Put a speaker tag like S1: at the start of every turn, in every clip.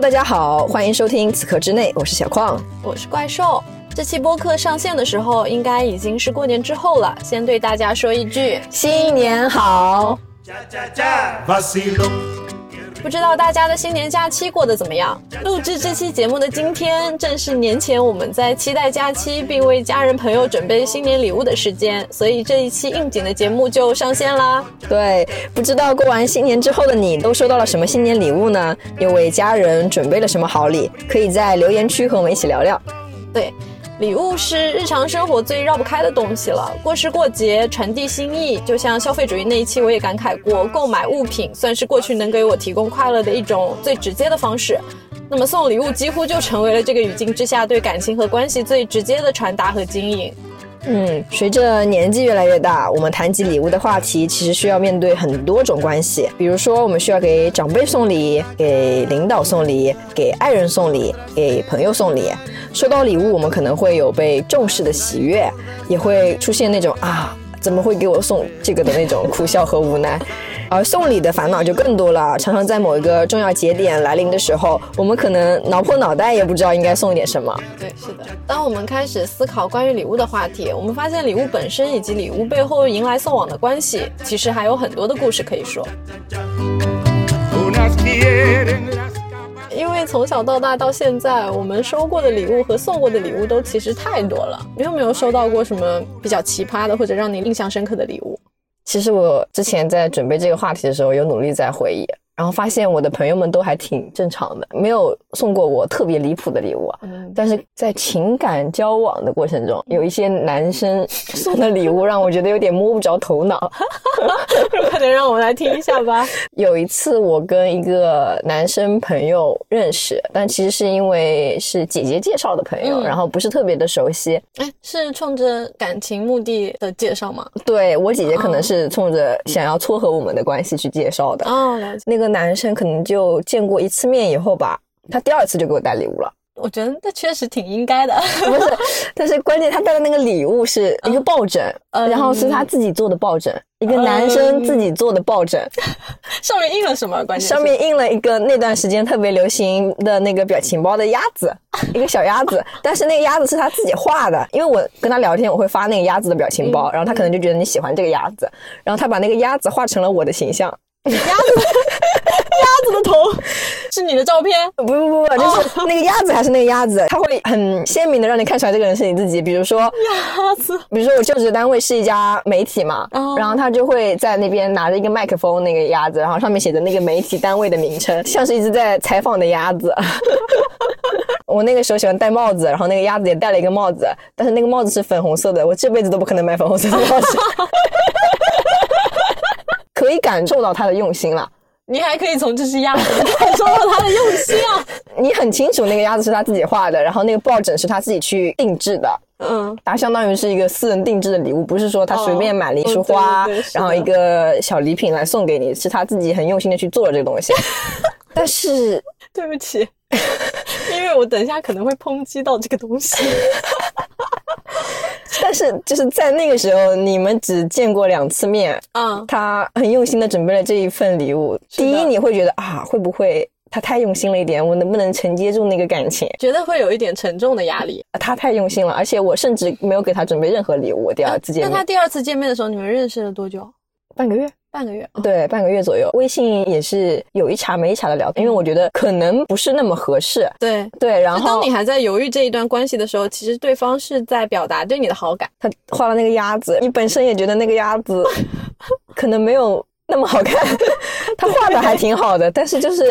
S1: 大家好，欢迎收听《此刻之内》，我是小矿。
S2: 我是怪兽。这期播客上线的时候，应该已经是过年之后了。先对大家说一句，
S1: 新年好！
S3: Vacilón,
S2: 不知道大家的新年假期过得怎么样？录制这期节目的今天，正是年前我们在期待假期并为家人朋友准备新年礼物的时间，所以这一期应景的节目就上线啦。
S1: 对，不知道过完新年之后的你都收到了什么新年礼物呢？又为家人准备了什么好礼？可以在留言区和我们一起聊聊。
S2: 对，礼物是日常生活最绕不开的东西了。过时过节，传递心意，就像消费主义那一期我也感慨过，购买物品算是过去能给我提供快乐的一种最直接的方式。那么送礼物几乎就成为了这个语境之下对感情和关系最直接的传达和经营。
S1: 嗯，随着年纪越来越大，我们谈及礼物的话题，其实需要面对很多种关系。比如说，我们需要给长辈送礼，给领导送礼，给爱人送礼，给朋友送礼。收到礼物，我们可能会有被重视的喜悦，也会出现那种啊，怎么会给我送这个的那种苦笑和无奈。 而送礼的烦恼就更多了，常常在某一个重要节点来临的时候，我们可能挠破脑袋也不知道应该送一点什么。
S2: 对，是的。当我们开始思考关于礼物的话题，我们发现礼物本身以及礼物背后迎来送往的关系，其实还有很多的故事可以说。
S3: unas quieren las capas.
S2: 因为从小到大到现在，我们收过的礼物和送过的礼物都其实太多了。你有没有收到过什么比较奇葩的或者让你印象深刻的礼物？
S1: 其实我之前在准备这个话题的时候，有努力在回忆，然后发现我的朋友们都还挺正常的，没有送过我特别离谱的礼物。啊
S2: 嗯，
S1: 但是在情感交往的过程中，有一些男生送的礼物让我觉得有点摸不着头脑。
S2: 快点让我们来听一下 吧。
S1: 有一次我跟一个男生朋友认识，但其实是因为是姐姐介绍的朋友，
S2: 嗯
S1: 然后不是特别的熟悉。
S2: 哎，是冲着感情目的的介绍吗？
S1: 对我姐姐可能
S2: 哦
S1: 是冲着想要撮合我们的关系去介绍的。
S2: 哦，了解。
S1: 那个男生可能就见过一次面以后吧，他第二次就给我带礼物了。
S2: 我觉得那确实挺应该的。
S1: 不是，但是关键他带的那个礼物是一个抱枕，
S2: 嗯
S1: 然后是他自己做的抱枕，一个男生自己做的抱枕，
S2: 上面印了什么？关键是
S1: 上面印了一个那段时间特别流行的那个表情包的鸭子，一个小鸭子，但是那个鸭子是他自己画的，因为我跟他聊天，我会发那个鸭子的表情
S2: 嗯
S1: 包，然后他可能就觉得你喜欢这个鸭子，然后他把那个鸭子画成了我的形象。
S2: 鸭子，鸭子的头 是你的照片。
S1: 不不不不，就是那个鸭子还是那个鸭子，它会很鲜明的让你看出来这个人是你自己。比如说，
S2: 鸭子，
S1: 比如说我就职单位是一家媒体嘛，
S2: 哦
S1: 然后他就会在那边拿着一个麦克风，那个鸭子，然后上面写着那个媒体单位的名称，像是一只在采访的鸭子。我那个时候喜欢戴帽子，然后那个鸭子也戴了一个帽子，但是那个帽子是粉红色的，我这辈子都不可能买粉红色的帽子。可以感受到他的用心了，
S2: 你还可以从这只鸭子感受到它的用心啊。
S1: 你很清楚那个鸭子是他自己画的，然后那个抱枕是他自己去定制的，
S2: 嗯，
S1: 它相当于是一个私人定制的礼物，不是说他随便买了一束花，
S2: 哦对对对是的
S1: 然后一个小礼品来送给你，是他自己很用心的去做了这个东 西。但是
S2: 对不起， 因为我等一下可能会抨击到这个东西。
S1: 但是就是在那个时候，你们只见过两次面，
S2: 啊，
S1: 他很用心的准备了这一份礼物。
S2: 的
S1: 第一，你会觉得啊，会不会他太用心了一点，我能不能承接住那个感情？
S2: 觉得会有一点沉重的压力。
S1: 啊他太用心了，而且我甚至没有给他准备任何礼物。第二次见
S2: 那他
S1: 面，
S2: 第二次见面的时候，你们认识了多久？
S1: 半个月。
S2: 半个月。
S1: 对，半个月左右，微信也是有一茬没一茬的聊，因为我觉得可能不是那么合适。
S2: 对。
S1: 对，然
S2: 就
S1: 后
S2: 当你还在犹豫这一段关系的时候，其实对方是在表达对你的好感。
S1: 他画了那个鸭子，你本身也觉得那个鸭子可能没有那么好看， 他画的还挺好的，但是就是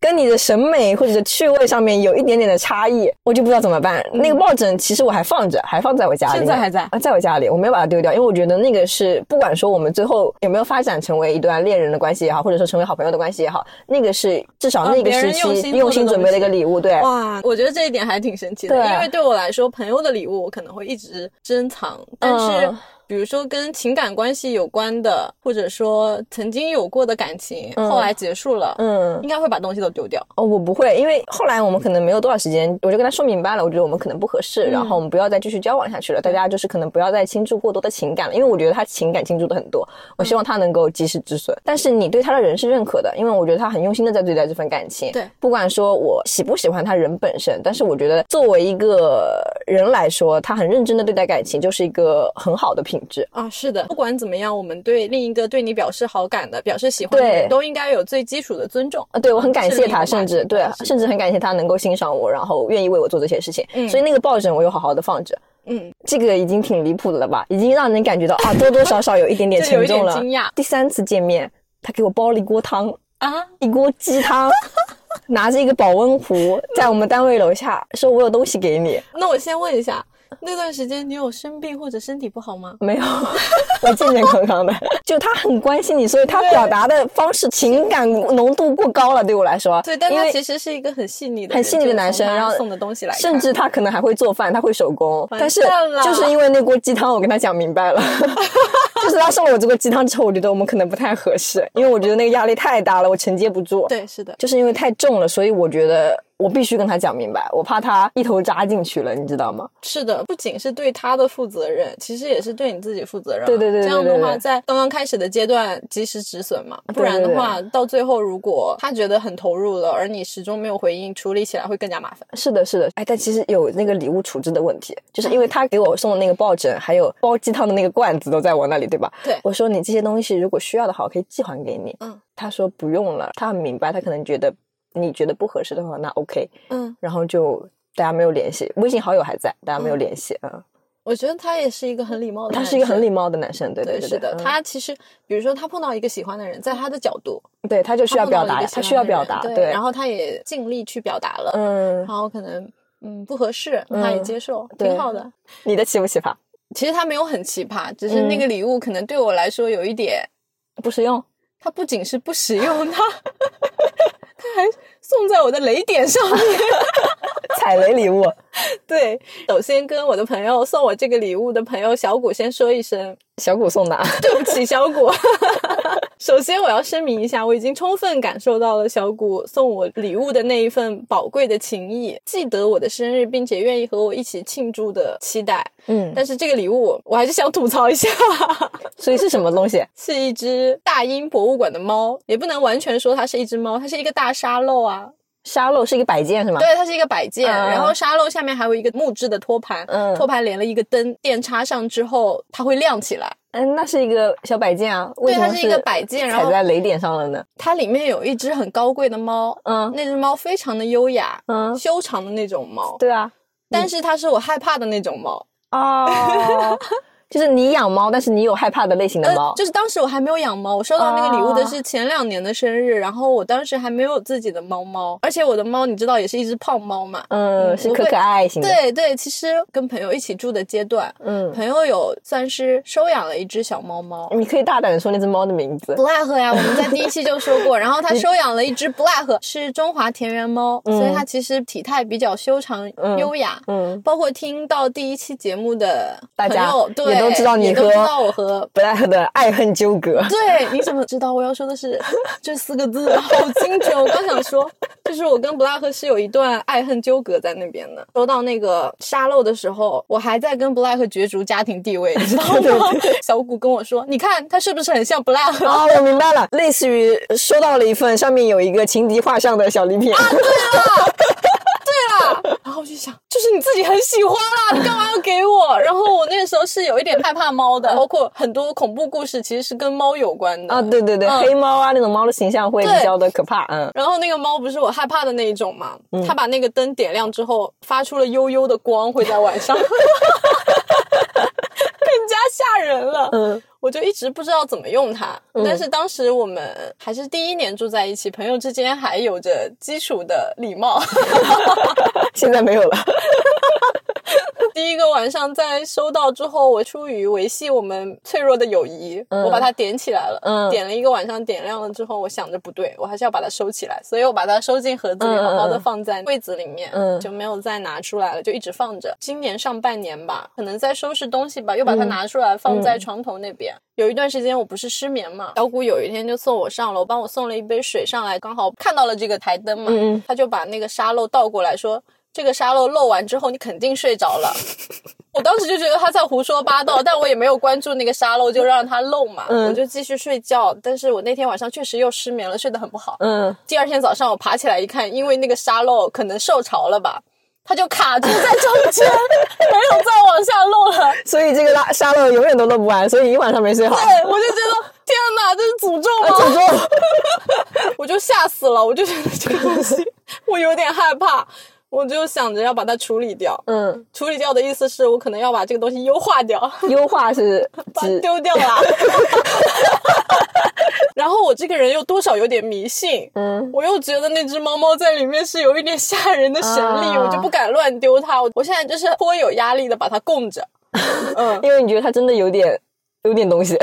S1: 跟你的审美或者趣味上面有一点点的差异，我就不知道怎么办。那个抱枕其实我还放着，还放在我家里面，
S2: 嗯现在还在
S1: 啊，在我家里，我没有把它丢掉，因为我觉得那个是不管说我们最后有没有发展成为一段恋人的关系也好，或者说成为好朋友的关系也好，那个是至少
S2: 啊
S1: 那个
S2: 别
S1: 时
S2: 人用
S1: 期
S2: 心做的
S1: 准备了一个
S2: 东西
S1: 礼物，对，
S2: 哇，我觉得这一点还挺神奇的，
S1: 对
S2: 因为对我来说，朋友的礼物我可能会一直珍藏，但是
S1: 嗯
S2: 比如说跟情感关系有关的，或者说曾经有过的感情，
S1: 嗯
S2: 后来结束了，
S1: 嗯，
S2: 应该会把东西都丢掉。
S1: 哦，我不会，因为后来我们可能没有多少时间，我就跟他说明白了，我觉得我们可能不合适，然后我们不要再继续交往下去了。大家就是可能不要再倾注过多的情感了，因为我觉得他情感倾注的很多，我希望他能够及时止损。但是你对他的人是认可的，因为我觉得他很用心的在对待这份感情。
S2: 对
S1: 不管说我喜不喜欢他人本身，但是我觉得作为一个人来说，他很认真的对待感情，就是一个很好的品质。
S2: 啊，是的，不管怎么样，我们对另一个对你表示好感的、表示喜欢的人
S1: 对
S2: 都应该有最基础的尊重。
S1: 啊，对我很感谢他，
S2: 是的
S1: 甚至对，甚至很感谢他能够欣赏我，然后愿意为我做这些事情。所以那个抱枕我又好好的放着。
S2: 嗯，
S1: 这个已经挺离谱的了吧？已经让人感觉到啊，多多少少有一点点
S2: 这
S1: 沉
S2: 有一点
S1: 重了。
S2: 惊讶
S1: 第三次见面，他给我煲了一锅汤，
S2: 啊，
S1: 一锅鸡汤， 拿着一个保温壶，在我们单位楼下说：“我有东西给你。
S2: 那我先问一下，那段时间你有生病或者身体不好吗”？
S1: 没有，我健健康康的。就他很关心你，所以他
S2: 对
S1: 表达的方式情感浓度过高了，对我来说。
S2: 对，但
S1: 因
S2: 他
S1: 为
S2: 其实是一个很细腻的人、
S1: 很细腻的男生，
S2: 就从他
S1: 然后
S2: 送的东西来看，
S1: 甚至他可能还会做饭，他会手工。
S2: 完
S1: 但是
S2: 蛋了
S1: 就是因为那锅鸡汤，我跟他讲明白 了，就是他送了我这锅鸡汤之后，我觉得我们可能不太合适，因为我觉得那个压力太大了，我承接不住。，
S2: 对，是的，
S1: 就是因为太重了，所以我觉得我必须跟他讲明白，我怕他一头扎进去了，你知道吗？
S2: 是的，不仅是对他的负责任，其实也是对你自己负责任啊。
S1: 对对对对
S2: 这样的
S1: 对对
S2: 话，
S1: 对
S2: 在刚刚开始的阶段及时止损嘛，不
S1: 对
S2: 然的
S1: 对对
S2: 话，到最后如果他觉得很投入了，而你始终没有回应，处理起来会更加麻烦。
S1: 是的，是的，哎，但其实有那个礼物处置的问题，就是因为他给我送的那个抱枕，还有煲鸡汤的那个罐子都在我那里，对吧？
S2: 对
S1: 我说你这些东西如果需要的话，我可以寄还给你。
S2: 嗯，
S1: 他说不用了，他很明白，他可能觉得你觉得不合适的话，那 OK，
S2: 嗯，
S1: 然后就大家没有联系，微信好友还在，大家没有联系。嗯，
S2: 我觉得他也哦是一个很礼貌的，
S1: 他是一个很。礼貌的男生，对
S2: 对，
S1: 对
S2: 是的，
S1: 嗯
S2: 他其实，比如说他碰到一个喜欢的人，在他的角度，
S1: 对他就需要
S2: 碰
S1: 表
S2: 到了一
S1: 达
S2: 个
S1: 呀，
S2: 喜
S1: 他
S2: 欢
S1: 需要
S2: 的人
S1: 表达，
S2: 对，然后他也尽力去表达了，
S1: 嗯
S2: 然，后可能嗯不合适，他也
S1: 嗯
S2: 接受，
S1: 对
S2: 挺好的。
S1: 你的奇不奇葩？
S2: 其实他没有很奇葩，只是那
S1: 嗯
S2: 个礼物可能对我来说有一点，
S1: 不实用，
S2: 它不仅是不实用，它它还送在我的雷点上面。
S1: 踩雷礼物。
S2: 对，首先跟我的朋友送我这个礼物的朋友小谷先说一声，
S1: 小谷送的啊，
S2: 对不起，小谷。首先，我要声明一下，我已经充分感受到了小谷送我礼物的那一份宝贵的情谊，记得我的生日，并且愿意和我一起庆祝的期待。
S1: 嗯，
S2: 但是这个礼物我，我还是想吐槽一下，
S1: 所以是什么东西？
S2: 是一只大英博物馆的猫，也不能完全说它是一只猫，它是一个大沙漏啊。
S1: 沙漏是一个摆件是吗？
S2: 对，它是一个摆件，
S1: 嗯
S2: 然后沙漏下面还有一个木质的托盘，
S1: 嗯
S2: 托盘连了一个灯，电插上之后它会亮起来。
S1: 嗯，那是一个小摆件啊，为什
S2: 它
S1: 么
S2: 是一个摆件然后
S1: 踩在雷点上了呢？
S2: 它里面有一只很高贵的猫，
S1: 嗯
S2: 那只猫非常的优雅，
S1: 嗯，
S2: 修长的那种猫，
S1: 对啊，
S2: 但是它是我害怕的那种猫。
S1: 哦，就是你养猫，但是你有害怕的类型的猫，
S2: 呃就是当时我还没有养猫，我收到那个礼物的是前两年的生日，然后我当时还没有自己的猫猫，而且我的猫你知道也是一只胖猫嘛。
S1: 嗯，
S2: 嗯
S1: 是
S2: 我
S1: 可
S2: 会
S1: 可爱爱型的，
S2: 对对，其实跟朋友一起住的阶段，
S1: 嗯，
S2: 朋友有算是收养了一只小猫猫。
S1: 你可以大胆的说那只猫的名字，
S2: 嗯 black 呀，我们在第一期就说过，然后他收养了一只 black，是中华田园猫，
S1: 嗯
S2: 所以它其实体态比较修长、
S1: 嗯
S2: 优雅。
S1: 嗯，
S2: 包括听到第一期节目的
S1: 大家
S2: 朋友对
S1: 也都知道你
S2: 也都
S1: 和
S2: 知道 我和
S1: 不太的爱恨纠葛，
S2: 对，你怎么知道我要说的是这四个字？好精准！我刚想说，就是我跟布拉克是有一段爱恨纠葛在那边的。收到那个沙漏的时候，我还在跟布拉克角逐家庭地位，你知道
S1: 对
S2: 吗？小谷跟我说：“你看他是不是很像布拉 克？”啊
S1: 哦，我明白了，类似于收到了一份上面有一个情敌画像的小礼品，
S2: 啊然后我就想，就是你自己很喜欢啊啦，你干嘛要给我？然后我那个时候是有一点害怕猫的，包括很多恐怖故事其实是跟猫有关的
S1: 啊，。对对对，
S2: 嗯
S1: 黑猫啊那种猫的形象会比
S2: 对
S1: 较的可怕，嗯，
S2: 然后那个猫不是我害怕的那一种嘛，它把那个灯点亮之后，发出了 悠悠的光，会在晚上，更加吓人了。
S1: 嗯，
S2: 我就一直不知道怎么用它。
S1: 嗯
S2: 但是当时我们还是第一年住在一起，朋友之间还有着基础的礼貌。
S1: 现在没有了。
S2: 第一个晚上在收到之后，我出于维系我们脆弱的友谊，
S1: 嗯
S2: 我把它点起来了。
S1: 嗯
S2: 点了一个晚上，点亮了之后，我想着不对，我还是要把它收起来，所以我把它收进盒子里，
S1: 嗯嗯
S2: 好好的
S1: 嗯
S2: 放在柜子里面，
S1: 嗯
S2: 就没有再拿出来了，就一直放着。今年上半年吧，可能在收拾东西吧，又把它
S1: 嗯
S2: 拿出来放在床头那边。有一段时间我不是失眠嘛，小谷有一天就送我上楼，帮我送了一杯水上来，刚好看到了这个台灯嘛，
S1: 嗯嗯
S2: 他就把那个沙漏倒过来说：“这个沙漏漏完之后，你肯定睡着了。”我当时就觉得他在胡说八道，但我也没有关注那个沙漏，就让它漏嘛，
S1: 嗯
S2: 我就继续睡觉。但是我那天晚上确实又失眠了，睡得很不好。
S1: 嗯，
S2: 第二天早上我爬起来一看，因为那个沙漏可能受潮了吧，它就卡住在中间， 没有再往下漏了。
S1: 所以这个拉沙漏永远都漏不完，所以一晚上没睡好。
S2: 对，我哦就觉得天哪，这是诅咒
S1: 啊，
S2: 吗？
S1: 诅咒！
S2: 我就吓死了，我就觉得这个东西 我有点害怕，我就想着要把它处理掉。
S1: 嗯，
S2: 处理掉的意思是我可能要把这个东西优化 掉，
S1: 优化是
S2: 把它
S1: 指
S2: 丢 掉啦。然后我这个人又多少有点迷信，
S1: 嗯
S2: 我又觉得那只猫猫在里面是有一点吓人的神力，
S1: 啊
S2: 我就不敢乱丢它。我我现在就是颇有压力的把它 供着。嗯，
S1: 因为你觉得它真的有点有点东西，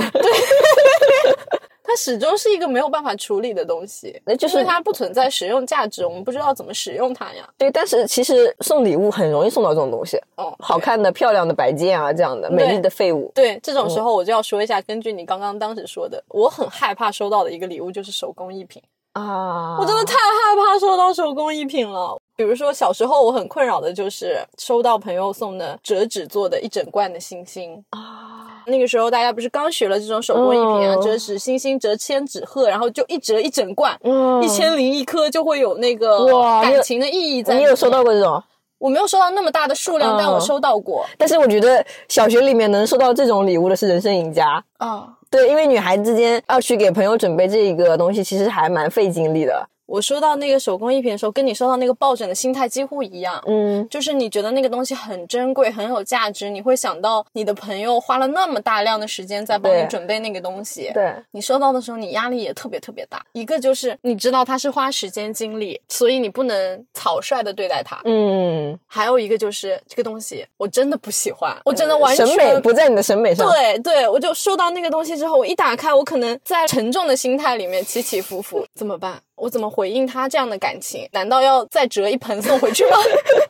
S2: 它始终是一个没有办法处理的东西，
S1: 那就
S2: 因为
S1: 是
S2: 它不存在使用价值，我们不知道怎么使用它呀。
S1: 对。但是其实送礼物很容易送到这种东西，
S2: 哦，
S1: 好看的、漂亮的摆件啊，这样的美丽的废物。
S2: 对，这种时候我就要说一下，根据你刚刚当时说的，我很害怕收到的一个礼物就是手工艺品，
S1: 啊，
S2: 我真的太害怕收到手工艺品了。比如说小时候我很困扰的就是收到朋友送的折纸做的一整罐的星星，
S1: 啊，
S2: 那个时候大家不是刚学了这种手工艺品啊，
S1: 嗯
S2: 折纸星星、折千纸鹤，然后就一折一整罐。
S1: 嗯
S2: 一千零一颗就会有那个
S1: 哇你有
S2: 感情的意义在。
S1: 你有收？到过这种？
S2: 我没有收到那么大的数
S1: 嗯
S2: 量，但我收到过。
S1: 但是我觉得小学里面能收到这种礼物的是人生赢家。
S2: 啊，
S1: 对，因为女孩之间要去给朋友准备这个东西，其实还蛮费精力的。
S2: 我收到那个手工艺品的时候，跟你收到那个抱枕的心态几乎一样。
S1: 嗯
S2: 就是你觉得那个东西很珍贵、很有价值，你会想到你的朋友花了那么大量的时间在帮你
S1: 对
S2: 准备那个东西。
S1: 对，
S2: 你收到的时候，你压力也特别特别大。一个就是你知道它是花时间精力，所以你不能草率的对待它。
S1: 嗯，
S2: 还有一个就是这个东西我真的不喜欢，我真的完全
S1: 嗯审美不在你的审美上。
S2: 对对，我就收到那个东西之后，我一打开，我可能在沉重的心态里面起起伏伏，怎么办？我怎么回应他这样的感情？难道要再折一盆送回去吗？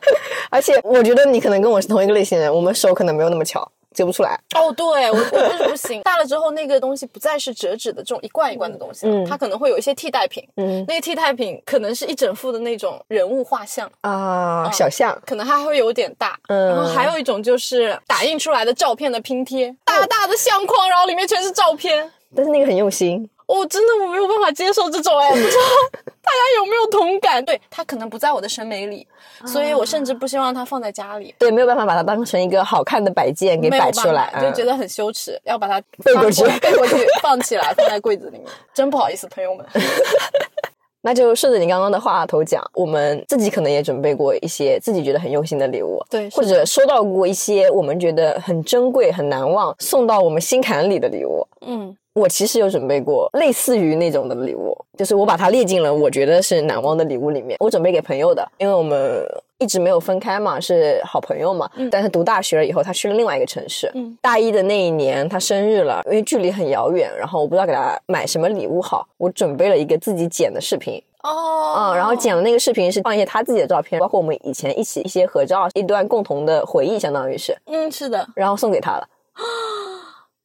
S1: 而且我觉得你可能跟我是同一个类型人，我们手可能没有那么巧，折不出来。
S2: 哦，对我我就是不行。大了之后，那个东西不再是折纸的这种一罐一罐的东西了，
S1: 嗯
S2: 它可能会有一些替代品。
S1: 嗯
S2: 那个替代品可能是一整副的那种人物画像，
S1: 啊，小象，
S2: 可能还会有点大。
S1: 嗯
S2: 然后还有一种就是打印出来的照片的拼贴，大大的相框，然后里面全是照片。
S1: 但是那个很用心。
S2: 我、真的我没有办法接受这种哎，不知道大家有没有同感？对，它可能不在我的审美里，所以我甚至不希望它放在家里。
S1: 对，没有办法把它当成一个好看的摆件给
S2: 没有
S1: 摆
S2: 办法
S1: 出来，嗯
S2: 就觉
S1: 得
S2: 得很羞耻，要把它
S1: 背过去
S2: 翻背过去放起来，放在柜子里面。真不好意思，朋友们。
S1: 那就顺着你刚刚的话头讲，我们自己可能也准备过一些自己觉得很用心的礼物，
S2: 对是
S1: 或者收到过一些我们觉得很珍贵、很难忘，送到我们心坎里的礼物。
S2: 嗯，
S1: 我其实有准备过类似于那种的礼物，就是我把它列进了我觉得是难忘的礼物里面。我准备给朋友的，因为我们一直没有分开嘛，是好朋友嘛。
S2: 嗯
S1: 但是读大学了以后，他去了另外一个城市。
S2: 嗯
S1: 大一的那一年，他生日了，因为距离很遥远，然后我不知道给他买什么礼物好，我准备了一个自己剪的视频。
S2: 哦，
S1: 嗯，然后剪了那个视频是放一些他自己的照片，包括我们以前一起一些合照，一段共同的回忆，相当于是，
S2: 嗯，是的。
S1: 然后送给他了。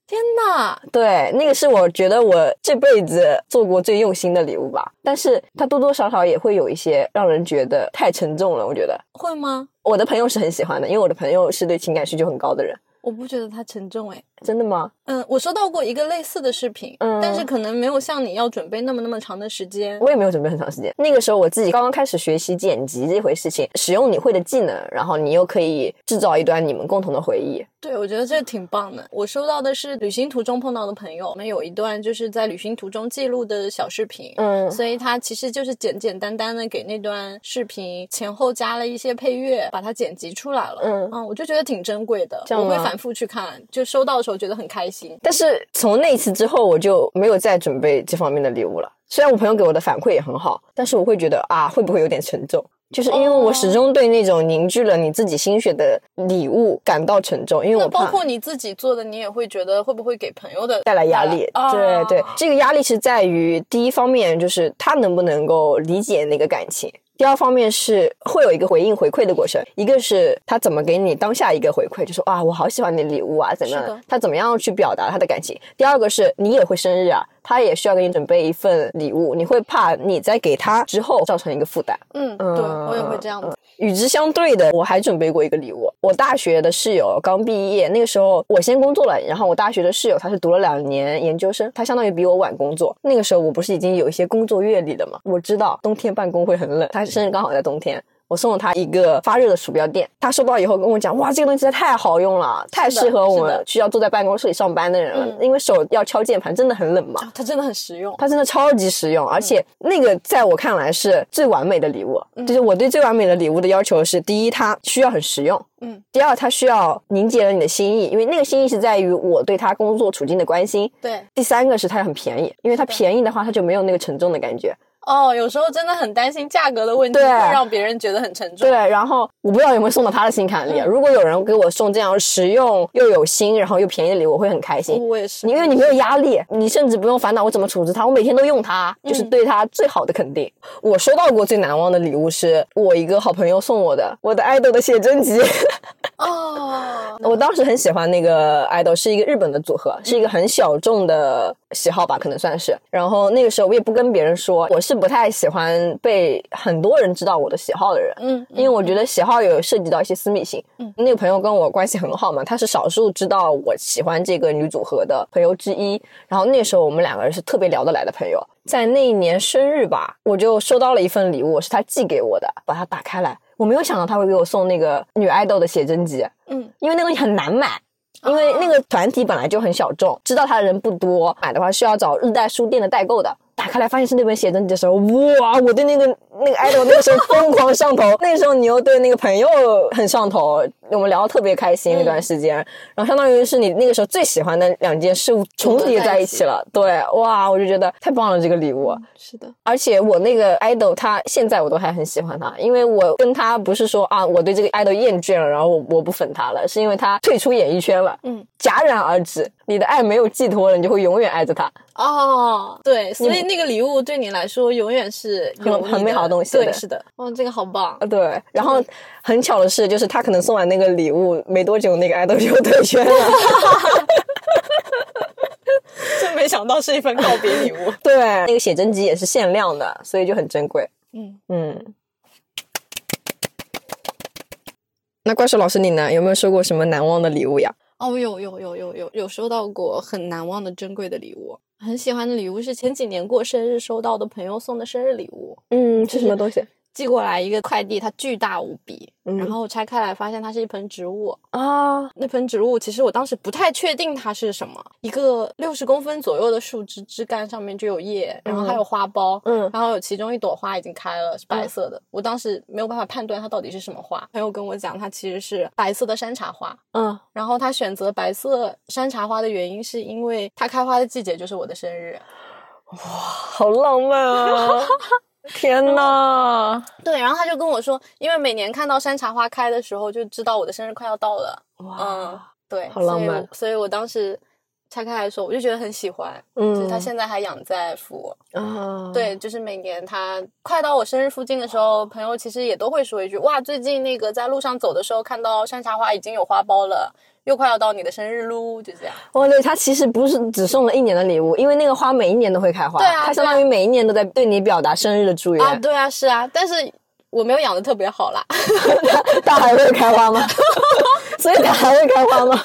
S2: 天哪，
S1: 对，那个是我觉得我这辈子做过最用心的礼物吧。但是它多多少少也会有一些让人觉得太沉重了。我觉得
S2: 会吗？
S1: 我的朋友是很喜欢的，因为我的朋友是对情感需求很高的人。
S2: 我不觉得它沉重哎。
S1: 真的吗？
S2: 嗯，我收到过一个类似的视频，
S1: 嗯
S2: 但是可能没有像你要准备那么那么长的时间。
S1: 我也没有准备很长时间。那个时候我自己刚刚开始学习剪辑这回事情，使用你会的技能，然后你又可以制造一段你们共同的回忆。
S2: 对，我觉得这挺棒的。我收到的是旅行途中碰到的朋友，我们有一段就是在旅行途中记录的小视频，
S1: 嗯
S2: 所以它其实就是简简单单的给那段视频前后加了一些配乐，把它剪辑出来了。
S1: 嗯
S2: 嗯，我就觉得挺珍贵的。
S1: 这样
S2: 我会
S1: 吗
S2: 反复去看，就收到的时候觉得很开心。
S1: 但是从那一次之后，我就没有再准备这方面的礼物了。虽然我朋友给我的反馈也很好，但是我会觉得啊，会不会有点沉重？就是因为
S2: 哦
S1: 我始终对那种凝聚了你自己心血的礼物感到沉重，因为
S2: 那
S1: 我
S2: 包
S1: 怕
S2: 括你自己做的，你也会觉得会不会给朋友的
S1: 带来哦压力。
S2: 啊
S1: 对对，这个压力是在于第一方面就是他能不能够理解那个感情。第二方面是会有一个回应回馈的过程，一个是他怎么给你当下一个回馈，就说啊我好喜欢你礼物啊怎么样
S2: 是
S1: 的
S2: 的，
S1: 他怎么样去表达他的感情。第二个是你也会生日啊，他也需要给你准备一份礼物，你会怕你在给他之后造成一个负担。
S2: 嗯，对
S1: 嗯
S2: 我也会这样子。
S1: 与之相对的，我还准备过一个礼物。我大学的室友刚毕业，那个时候我先工作了，然后我大学的室友他是读了两年研究生，他相当于比我晚工作。那个时候我不是已经有一些工作阅历了嘛？我知道冬天办公会很冷，他生日刚好在冬天。我送了他一个发热的鼠标垫，他收到以后跟我讲，哇，这个东西实在太好用了，太适合我
S2: 是
S1: 们
S2: 的
S1: 需要坐在办公室里上班的人了，
S2: 嗯
S1: 因为手要敲键盘，真的很冷嘛。
S2: 啊它真的很实用，
S1: 它真的超级实用，而且那个在我看来是最完美的礼物。就是我对最完美的礼物的要求是：第一，它需要很实用；
S2: 嗯，
S1: 第二，它需要凝结了你的心意，因为那个心意是在于我对它工作处境的关心。
S2: 对。
S1: 第三个是它很便宜，因为它便宜的话，它就没有那个沉重的感觉。
S2: 哦，有时候真的很担心价格的问题，会
S1: 对
S2: 让别人觉得很沉
S1: 对
S2: 重。，
S1: 然后我不知道有没有送到他的心坎里。啊如果有人给我送这样实用又有心，然后又便宜的礼物，我会很开心。
S2: 我也是，
S1: 因为你没有压力，你甚至不用烦恼我怎么处置它，我每天都用它，就是对它最好的肯定。我收到过最难忘的礼物是我一个好朋友送我的，我的爱豆的写真集。
S2: 哦，
S1: 我当时很喜欢那个爱豆，是一个日本的组合，是一个很小众的喜好吧，可能算是。然后那个时候我也不跟别人说，我是不太喜欢被很多人知道我的喜好的人。
S2: 嗯，
S1: 因为我觉得喜好有涉及到一些私密性。
S2: 嗯
S1: 那个朋友跟我关系很好嘛，他是少数知道我喜欢这个女组合的朋友之一。然后那时候我们两个人是特别聊得来的朋友。在那一年生日吧，我就收到了一份礼物，是他寄给我的，把它打开来，我没有想到他会给我送那个女爱豆的写真集。
S2: 嗯，
S1: 因为那东西很难买。因为那个团体本来就很小众，知道它的人不多，买的话是要找日代书店的代购的。打开来发现是那本写真集的时候，哇！我对那个那个 idol 那个时候疯狂上头， 那时候你又对那个朋友很上头，我们聊得特别开心那段时间，然后相当于是你那个时候最喜欢的两件事物重叠在一起了，对，哇！我就觉得太棒了这个礼物，
S2: 是的，
S1: 而且我那个 idol，他现在我都还很喜欢他，因为我跟他不是说啊，我对这个 idol 厌倦了，然后我我不粉他了，是因为他退出演艺圈了，
S2: 嗯，
S1: 戛然而止。你的爱没有寄托了，你就会永远爱着他。
S2: 哦，对，所以
S1: 你
S2: 那个礼物对你来说永远是有
S1: 很
S2: 你
S1: 很美好的东西
S2: 对，
S1: 对
S2: 是的，哦，这个好棒
S1: 啊，，对。然后很巧的是，就是他可能送完那个礼物没多久，那个 idol 就退圈 了。
S2: 真没想到是一份告别礼物。
S1: 对，那个写真集也是限量的，所以就很珍贵。
S2: 嗯
S1: 嗯。那怪兽老师你呢？有没有收过什么难忘的礼物呀？
S2: 哦，有有有有有有收到过很难忘的珍贵的礼物，很喜欢的礼物是前几年过生日收到的朋友送的生日礼物，
S1: 嗯，是什么东西？
S2: 寄过来一个快递，它巨大无比，
S1: 嗯
S2: 然后拆开来发现它是一盆植物，
S1: 啊，
S2: 那盆植物其实我当时不太确定它是什么，一个六十公分左右的树枝，枝干上面就有叶，然后还有花苞，
S1: 嗯
S2: 然后有其中一朵花已经开了，是白色的。我当时没有办法判断它到底是什么花，朋友跟我讲，它其实是白色的山茶花。
S1: 嗯，
S2: 然后他选择白色山茶花的原因，是因为它开花的季节就是我的生日。
S1: 好浪漫 啊！天呐，
S2: 对，然后他就跟我说，因为每年看到山茶花开的时候，就知道我的生日快要到了。嗯，对，
S1: 好浪
S2: 所以
S1: 漫
S2: 我。所以我当时拆开来的时候，我就觉得很喜欢。
S1: 嗯
S2: 就是他现在还养在福我。
S1: 啊，
S2: 嗯对，就是每年他快到我生日附近的时候，朋友其实也都会说一句：“哇，最近那个在路上走的时候看到山茶花已经有花苞了，又快要到你的生日喽。”就这样。
S1: 哦，对，他其实不是只送了一年的礼物，因为那个花每一年都会开花，
S2: 对啊
S1: 它相当于每一年都在对你表达生日的祝愿。
S2: 啊，对啊，是啊，但是我没有养的特别好啦。
S1: 它还会开花吗？所以它还会开花 吗？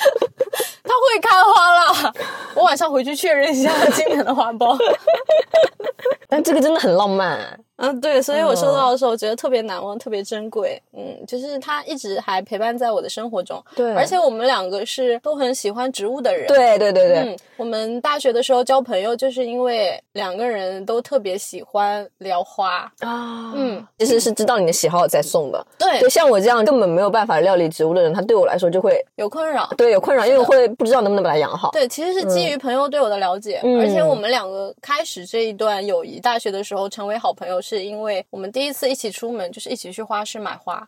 S2: 它会开花啦， 我晚上回去确认一下它今年的花苞。
S1: 但这个真的很浪漫，
S2: 嗯，对，所以我收
S1: 嗯
S2: 到的时候，我觉得特别难忘，特别珍贵。嗯，就是它一直还陪伴在我的生活中。
S1: 对
S2: 而且我们两个是都很喜欢植物的人。，
S1: 对对对对，
S2: 嗯，我们大学的时候交朋友，就是因为两个人都特别喜欢聊花。
S1: 啊，
S2: 嗯，
S1: 其实是知道你的喜好再送的。
S2: 对
S1: 对，，像我这样根本没有办法料理植物的人，他对我来说就会
S2: 有困扰。
S1: 对有困扰，因为我会不知道能不能把它养好。
S2: 对，其实是基于朋友对我的了解，
S1: 嗯
S2: 而且我们两个开始这一段友谊，大学的时候成为好朋友，是因为我们第一次一起出门，就是一起去花市买花。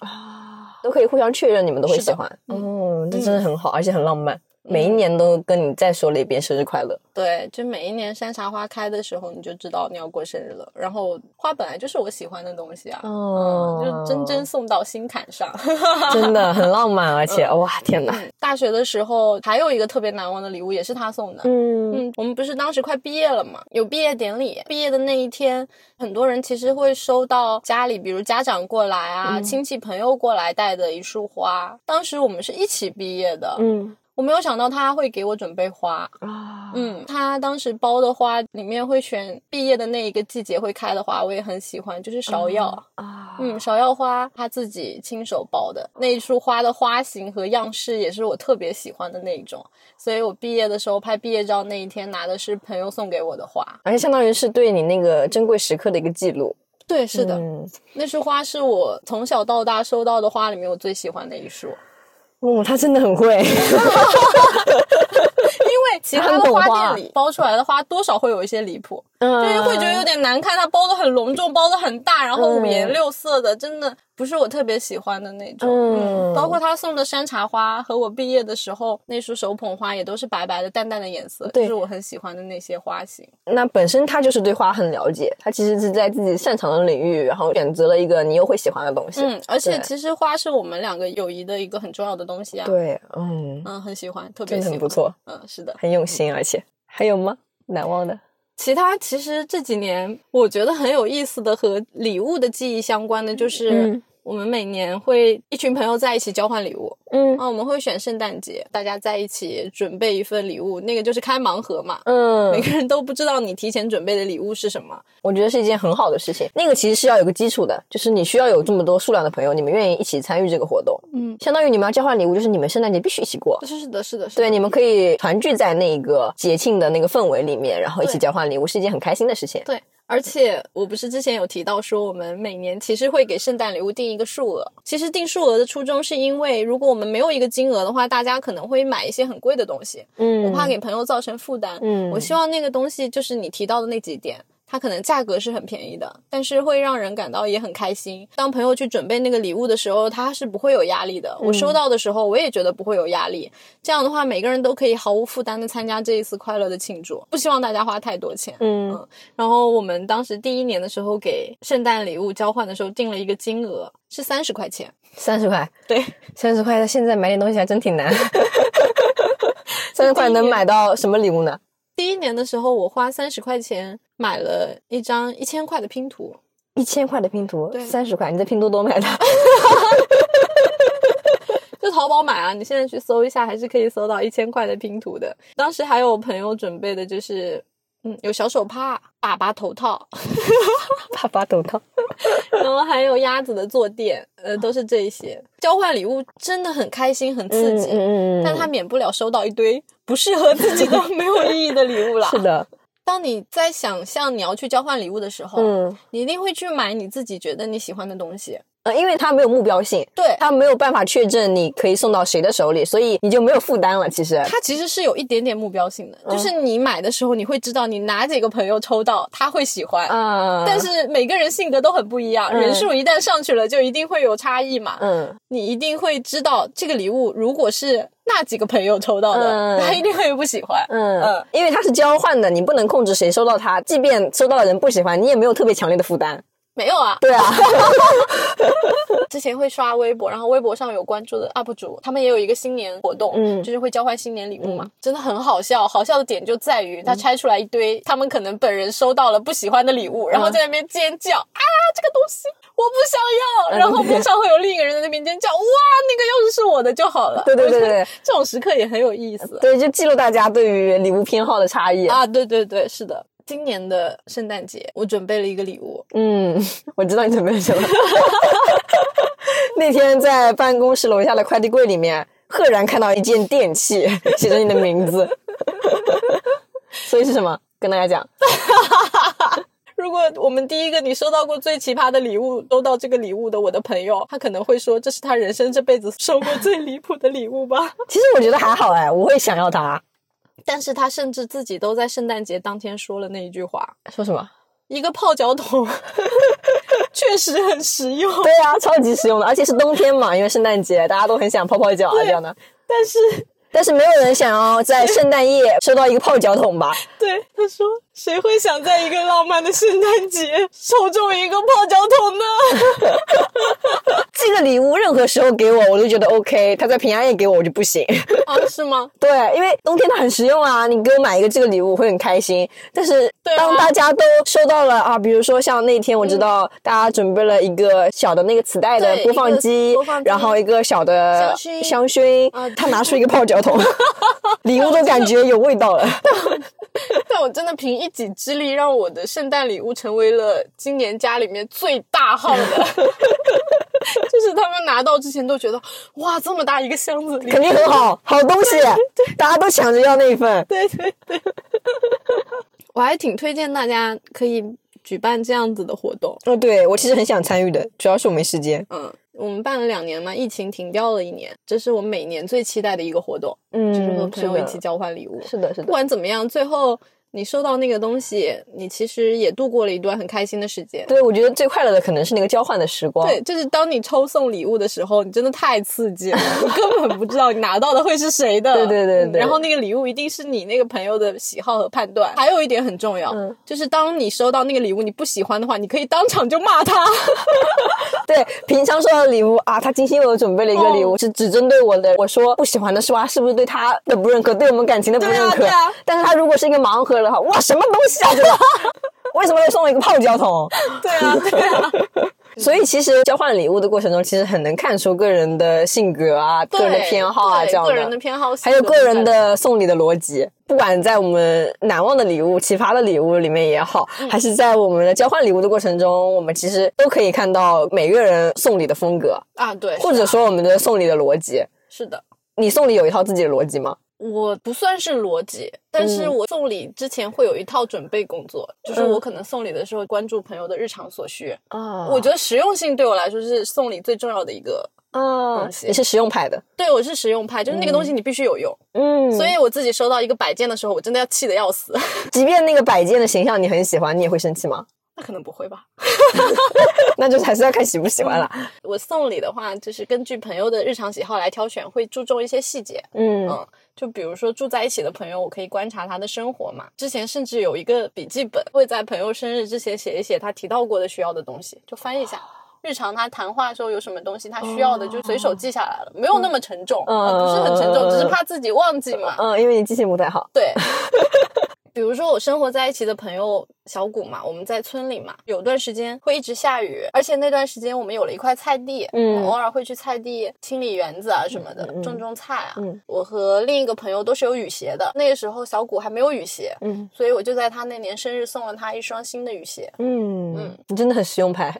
S1: 都可以互相确认你们都会喜欢。
S2: 是的嗯
S1: 哦，这真的很好，而且很浪漫。每一年都跟你再说了一遍生日快乐。
S2: 对，就每一年山茶花开的时候，你就知道你要过生日了。然后花本来就是我喜欢的东西啊，
S1: 哦
S2: 嗯就真真送到心坎上。
S1: 真的很浪漫，而且
S2: 嗯
S1: 哇，天哪！
S2: 大学的时候还有一个特别难忘的礼物，也是他送的。
S1: 嗯，
S2: 嗯，我们不是当时快毕业了嘛，有毕业典礼。毕业的那一天，很多人其实会收到家里，比如家长过来
S1: 嗯
S2: 啊，亲戚朋友过来带的一束花。当时我们是一起毕业的，
S1: 嗯
S2: 我没有想到他会给我准备花。
S1: 啊，
S2: 嗯，他当时包的花里面会选毕业的那一个季节会开的花，我也很喜欢，就是芍药。
S1: 啊，
S2: 嗯，芍药花他自己亲手包的那一束花的花型和样式也是我特别喜欢的那一种，所以我毕业的时候拍毕业照那一天拿的是朋友送给我的花。
S1: 而且相当于是对你那个珍贵时刻的一个记录。
S2: 对，是的，
S1: 嗯，
S2: 那束花是我从小到大收到的花里面我最喜欢的一束，
S1: 哦，他真的很会。
S2: 因为其他
S1: 很
S2: 的
S1: 懂
S2: 花
S1: 花
S2: 店里包出来的花多少会有一些离谱，就是
S1: 嗯，
S2: 会觉得有点难看，它包的很隆重，包的很大，然后五颜六色的，真的不是我特别喜欢的那种。
S1: 嗯
S2: 包括他送的山茶花和我毕业的时候那束手捧花也都是白白的、淡淡的颜色，
S1: 对
S2: 就是我很喜欢的那些花型。
S1: 那本身他就是对花很了解，他其实是在自己擅长的领域，然后选择了一个你又会喜欢的东西。
S2: 嗯，而且
S1: 对
S2: 其实花是我们两个友谊的一个很重要的东西啊。
S1: 对，嗯，
S2: 嗯，很喜欢，特别
S1: 真的
S2: 喜欢。
S1: 很不。错，
S2: 嗯，是的。
S1: 很用心，而且还有吗？难忘的。
S2: 其他其实这几年我觉得很有意思的和礼物的记忆相关的，就是
S1: 嗯
S2: 我们每年会一群朋友在一起交换礼物。
S1: 嗯
S2: 啊，我们会选圣诞节，大家在一起准备一份礼物，那个就是开盲盒嘛。每
S1: 嗯，
S2: 个人都不知道你提前准备的礼物是什么，
S1: 我觉得是一件很好的事情。那个其实是要有个基础的，就是你需要有这么多数量的朋友，你们愿意一起参与这个活动，
S2: 嗯，
S1: 相当于你们要交换礼物，就是你们圣诞节必须一起过。
S2: 是的，是的，是的
S1: 对，你们可以团聚在那个节庆的那个氛围里面，然后一起
S2: 对
S1: 交换礼物，是一件很开心的事情。
S2: 对。而且我不是之前有提到说，我们每年其实会给圣诞礼物定一个数额。其实定数额的初衷是因为，如果我们没有一个金额的话，大家可能会买一些很贵的东西，
S1: 嗯
S2: 我怕给朋友造成负担。
S1: 嗯
S2: 我希望那个东西就是你提到的那几点，它可能价格是很便宜的，但是会让人感到也很开心。当朋友去准备那个礼物的时候，他是不会有压力的。我
S1: 嗯
S2: 收到的时候，我也觉得不会有压力。这样的话，每个人都可以毫无负担的参加这一次快乐的庆祝。不希望大家花太多钱。
S1: 嗯
S2: 然后我们当时第一年的时候给圣诞礼物交换的时候定了一个金额是三十块钱，
S1: 三十块，
S2: 对，
S1: 三十块，现在买点东西还真挺难。 三十块能买到什么礼物呢？
S2: 第一年的时候，我花三十块钱买了一张一千块的拼图，
S1: 一千块的拼图
S2: 对，
S1: 三十块，你在拼多多 买的？
S2: 就淘宝买啊，你现在去搜一下，还是可以搜到一千块的拼图的。当时还有朋友准备的就是，嗯，有小手帕、粑粑头套，
S1: 爸爸头套。
S2: 然后还有鸭子的坐垫，呃，都是这一些。交换礼物真的很开心，很刺激，
S1: 嗯
S2: 但他免不了收到一堆不适合自己的、 没有意义的礼物啦。
S1: 是的，
S2: 当你在想象你要去交换礼物的时候，
S1: 嗯。
S2: 你一定会去买你自己觉得你喜欢的东西。
S1: 呃，因为它没有目标性，
S2: 对，
S1: 它没有办法确证你可以送到谁的手里，所以你就没有负担了。其实，
S2: 它其实是有一点点目标性的，就是
S1: 嗯
S2: 你买的时候，你会知道你哪几个朋友抽到他会喜欢，
S1: 啊，
S2: 但是每个人性格都很不一样，
S1: 嗯
S2: 人数一旦上去了，就一定会有差异嘛。
S1: 嗯，
S2: 你一定会知道这个礼物如果是那几个朋友抽到的，
S1: 嗯
S2: 他一定会不喜欢。
S1: 嗯
S2: 嗯，
S1: 因为它是交换的，你不能控制谁收到它，即便收到的人不喜欢，你也没有特别强烈的负担。
S2: 没有啊，
S1: 对啊，
S2: 之前会刷微博，然后微博上有关注的 UP 主，他们也有一个新年活动，
S1: 嗯
S2: 就是会交换新年礼物嘛，真的很好笑。好笑的点就在于他
S1: 嗯
S2: 拆出来一堆他们可能本人收到了不喜欢的礼物，然
S1: 嗯
S2: 后在那边尖叫、啊，这个东西我不想
S1: 嗯
S2: 要，然后边上会有另一个人在那边尖叫，哇，那个要是是我的就好了。
S1: 对对对对 对，
S2: 这种时刻也很有意思啊
S1: 对，就记录大家对于礼物偏好的差异。
S2: 啊，对对对，是的。今年的圣诞节，我准备了一个礼物，
S1: 嗯，我知道你准备了什么。 那天在办公室楼下的快递柜里面，赫然看到一件电器，写着你的名字。 所以是什么？跟大家讲，
S2: 如果我们第一个你收到过最奇葩的礼物，收到这个礼物的我的朋友，他可能会说这是他人生这辈子收过最离谱的礼物 吧。
S1: 其实我觉得还好哎，我会想要它。
S2: 但是他甚至自己都在圣诞节当天说了那一句话：
S1: 说什么？
S2: 一个泡脚桶， 确实很实用。
S1: 对呀、啊，超级实用的，而且是冬天嘛，因为圣诞节大家都很想泡泡脚啊这样的。
S2: 但是，
S1: 但是没有人想要在圣诞夜收到一个泡脚桶吧？
S2: 对他说，谁会想在一个浪漫的圣诞节抽中一个泡脚桶呢？
S1: 这个礼物任何时候给我，我都觉得 OK。他在平安夜给我，我就不行。
S2: 啊，是吗？
S1: 对，因为冬天它很实用啊，你给我买一个这个礼物我会很开心。但是
S2: 对啊
S1: 当大家都收到了啊，比如说像那天我知道大家准备了一个小的那个磁带的
S2: 嗯对
S1: 播放
S2: 一
S1: 机，
S2: 个播放机
S1: 然后一个小的
S2: 香薰
S1: 香薰
S2: 啊对
S1: 他拿出一个泡脚 桶，礼物都感觉有味道了。
S2: 但我真的凭一己之力，让我的圣诞礼物成为了今年家里面最大号的。 就是他们拿到之前都觉得，哇，这么大一个箱子里，
S1: 肯定很好，好东西，大家都抢着要那一份。
S2: 对对对，我还挺推荐大家可以举办这样子的活动。
S1: 哦，对我其实很想参与的，主要是我没时间。
S2: 嗯，我们办了两年嘛，疫情停掉了一年，这是我每年最期待的一个活动，嗯就是和朋友一起交换礼物。
S1: 是的，是
S2: 不管怎么样，最后你收到那个东西，你其实也度过了一段很开心的时间。
S1: 对，我觉得最快乐的可能是那个交换的时光。
S2: 对，就是当你抽送礼物的时候，你真的太刺激了，你根本不知道你拿到的会是谁 的。
S1: 对对对
S2: 嗯
S1: 对
S2: 然后那个礼物一定是你那个朋友的喜好和判断。还有一点很重要，
S1: 嗯
S2: 就是当你收到那个礼物你不喜欢的话，你可以当场就骂 他。
S1: 对，平常收到的礼物啊，他精心为我准备了一个礼物，
S2: 哦
S1: 是只针对我的。我说不喜欢的是吧？是不是对他的不认可，对我们感情的不
S2: 对啊
S1: 认可？
S2: 对啊
S1: 但是他如果是一个盲盒的话，哇，什么东西啊这个？ 为什么又送我一个泡脚桶？
S2: 对啊，对啊，
S1: 所以其实交换礼物的过程中，其实很能看出个人的性格啊、
S2: 对
S1: 个人的偏好啊
S2: 对
S1: 这样
S2: 个人的偏好，
S1: 还有
S2: 性格
S1: 个人
S2: 都在。
S1: 的送礼的逻辑，不管在我们难忘的礼物、奇葩的礼物里面也好，
S2: 嗯
S1: 还是在我们的交换礼物的过程中，我们其实都可以看到每个人送礼的风格，
S2: 啊，对，
S1: 或者说我们的送礼的逻辑。
S2: 是的。
S1: 你送礼有一套自己的逻辑吗？
S2: 我不算是逻辑，但
S1: 嗯
S2: 是我送礼之前会有一套准备工作，就是我可能送礼的时候关注朋友的日常所需。
S1: 啊
S2: 我觉得实用性对我来说是送礼最重要的一个。
S1: 得啊
S2: 东，西
S1: 你是实用派的，
S2: 对我是实用派，就是那个东西你必须有用。
S1: 嗯，
S2: 所以我自己收到一个摆件的时候，我真的要气得要死。
S1: 即便那个摆件的形象你很喜欢，你也会生气吗？
S2: 那可能不会吧？
S1: 那就是还是要看喜不喜欢了。
S2: 我送礼的话，就是根据朋友的日常喜好来挑选，会注重一些细节。
S1: 嗯
S2: 嗯，就比如说住在一起的朋友，我可以观察他的生活嘛。之前甚至有一个笔记本，会在朋友生日之前写一写他提到过的需要的东西，就翻译一下。
S1: 哦
S2: 日常他谈话的时候有什么东西他需要的，就随手记下来了，没有那么沉重，
S1: 哦嗯
S2: 啊不是很沉重，
S1: 嗯
S2: 只是怕自己忘记嘛。
S1: 嗯，因为你记性不太好，
S2: 对， 比如说我生活在一起的朋友小谷嘛，我们在村里嘛，有段时间会一直下雨，而且那段时间我们有了一块菜地，
S1: 嗯
S2: 偶尔会去菜地清理园子啊什么的，种种菜啊。
S1: 嗯
S2: 我和另一个朋友都是有雨鞋的，那个时候小谷还没有雨鞋，
S1: 嗯
S2: 所以我就在他那年生日送了他一双新的雨鞋。
S1: 嗯
S2: 嗯，
S1: 你真的很实用派，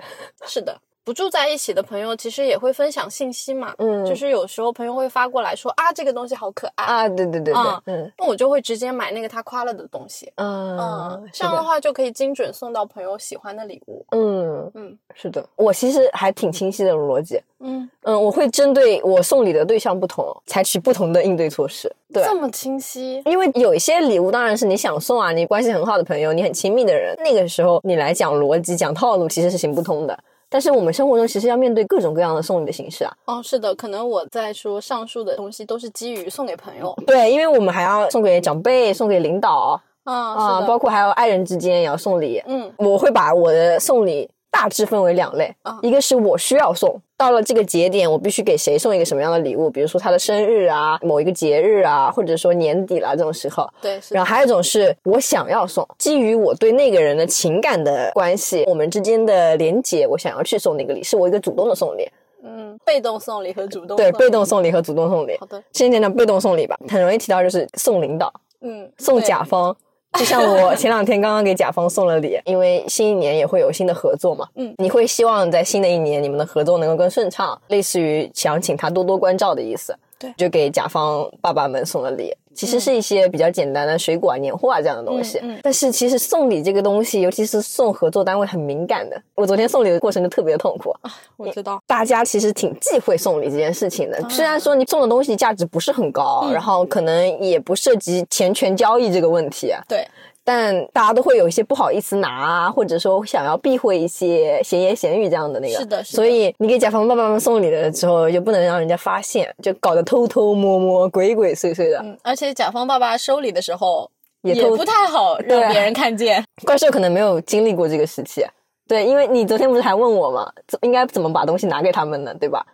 S2: 是的。不住在一起的朋友其实也会分享信息嘛，
S1: 嗯
S2: 就是有时候朋友会发过来说啊这个东西好可爱，
S1: 啊，对对对对
S2: 啊，
S1: 嗯
S2: 那我就会直接买那个他夸了的东西，
S1: 嗯
S2: 嗯，，
S1: 是
S2: 这样的
S1: 的，
S2: 话就可以精准送到朋友喜欢的礼物。
S1: 嗯
S2: 嗯
S1: 是的，我其实还挺清晰的逻辑，
S2: 嗯，
S1: 嗯，我会针对我送礼的对象不同，采取不同的应对措施，对。
S2: 这么清晰，
S1: 因为有一些礼物当然是你想送啊，你关系很好的朋友，你很亲密的人，那个时候你来讲逻辑、讲套路其实是行不通的。但是我们生活中其实要面对各种各样的送礼的形式啊，
S2: 哦，是的，可能我在说上述的东西都是基于送给朋友，
S1: 对，因为我们还要送给长辈、送给领导
S2: 嗯，
S1: 啊、
S2: 是的，
S1: 包括还有爱人之间也要送礼，
S2: 嗯
S1: 我会把我的送礼大致分为两类
S2: 嗯，
S1: 一个是我需要送，到了这个节点，我必须给谁送一个什么样的礼物，比如说他的生日啊、某一个节日啊，或者说年底啦这种时候。
S2: 对，是
S1: 然后
S2: 的，
S1: 还有一种是我想要送，基于我对那个人的情感的关系，我们之间的连结，我想要去送那个礼，是我一个主动的送礼。
S2: 嗯，被动送礼和主动
S1: 对，
S2: 送
S1: 被动送礼和主动送礼
S2: 哦好。的，
S1: 先讲讲被动送礼吧，很容易提到就是送领导、
S2: 嗯，
S1: 送
S2: 对
S1: 甲方、就像我前两天刚刚给甲方送了礼，因为新一年也会有新的合作嘛，
S2: 嗯
S1: 你会希望在新的一年你们的合作能够更顺畅，类似于想请他多多关照的意思，
S2: 对
S1: 就给甲方爸爸们送了礼。其实是一些比较简单的水果啊、年货啊这样的东西，
S2: 嗯嗯
S1: 但是其实送礼这个东西，尤其是送合作单位，很敏感的。我昨天送礼的过程就特别的痛苦，
S2: 我知道，
S1: 大家其实挺忌讳送礼这件事情的。虽然说你送的东西价值不是很高，
S2: 嗯
S1: 然后可能也不涉及钱权交易这个问题，啊
S2: 对，
S1: 但大家都会有一些不好意思拿啊，或者说想要避讳一些闲言闲语这样的那个。
S2: 是的是的
S1: 所以你给甲方爸爸们送礼的时候，就不能让人家发现，就搞得偷偷摸摸、鬼鬼祟祟的。
S2: 嗯，而且甲方爸爸收礼的时候
S1: 也
S2: 也
S1: 都
S2: 不太好让
S1: 对
S2: 别人看见，
S1: 怪兽可能没有经历过这个时期。啊对，因为你昨天不是还问我嘛，怎应该怎么把东西拿给他们呢？对吧？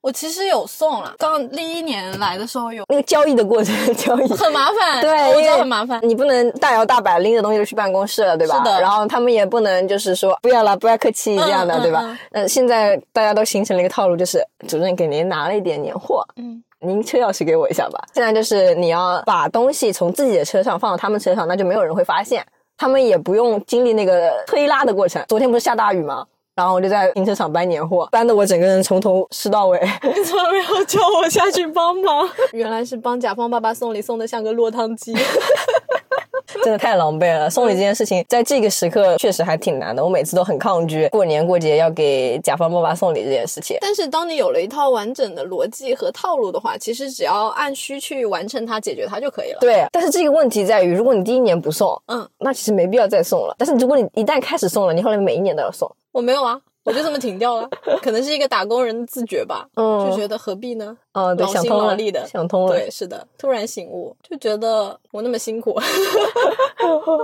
S2: 我其实有送了，刚第一年来的时候有，
S1: 那个交易的过程， 交易
S2: 很麻烦，
S1: 对，
S2: 我
S1: 因
S2: 觉
S1: 为
S2: 得很麻烦。
S1: 你不能大摇大摆拎着东西就去办公室了，对吧？
S2: 是的
S1: 然后他们也不能就是说不要了，不要客气这样的，
S2: 嗯
S1: 对吧？
S2: 嗯
S1: 那、现在大家都形成了一个套路，就是主任给您拿了一点年货。
S2: 嗯，
S1: 您车钥匙给我一下吧。现在就是你要把东西从自己的车上放到他们车上，那就没有人会发现，他们也不用经历那个推拉的过程。昨天不是下大雨吗？然后我就在停车场搬年货，搬的我整个人从头湿到尾。
S2: 你怎么没有叫我下去帮忙？原来是帮甲方爸爸送礼，送的像个落汤鸡。
S1: 真的太狼狈了。送礼这件事情，在这个时刻确实还挺难的。我每次都很抗拒过年过节要给甲方爸爸送礼这件事情。
S2: 但是当你有了一套完整的逻辑和套路的话，其实只要按需去完成它、解决它就可以了。
S1: 对，啊但是这个问题在于，如果你第一年不送，
S2: 嗯，
S1: 那其实没必要再送了。但是如果你一旦开始送了，你后来每一年都要送，
S2: 我没有啊，我就这么停掉了，可能是一个打工人的自觉吧，
S1: 嗯
S2: 就觉得何必呢？
S1: 哦，对，
S2: 劳
S1: 想
S2: 心
S1: 通
S2: 劳
S1: 了
S2: 力的，
S1: 想通了。
S2: 对，是的，突然醒悟，就觉得我那么辛苦，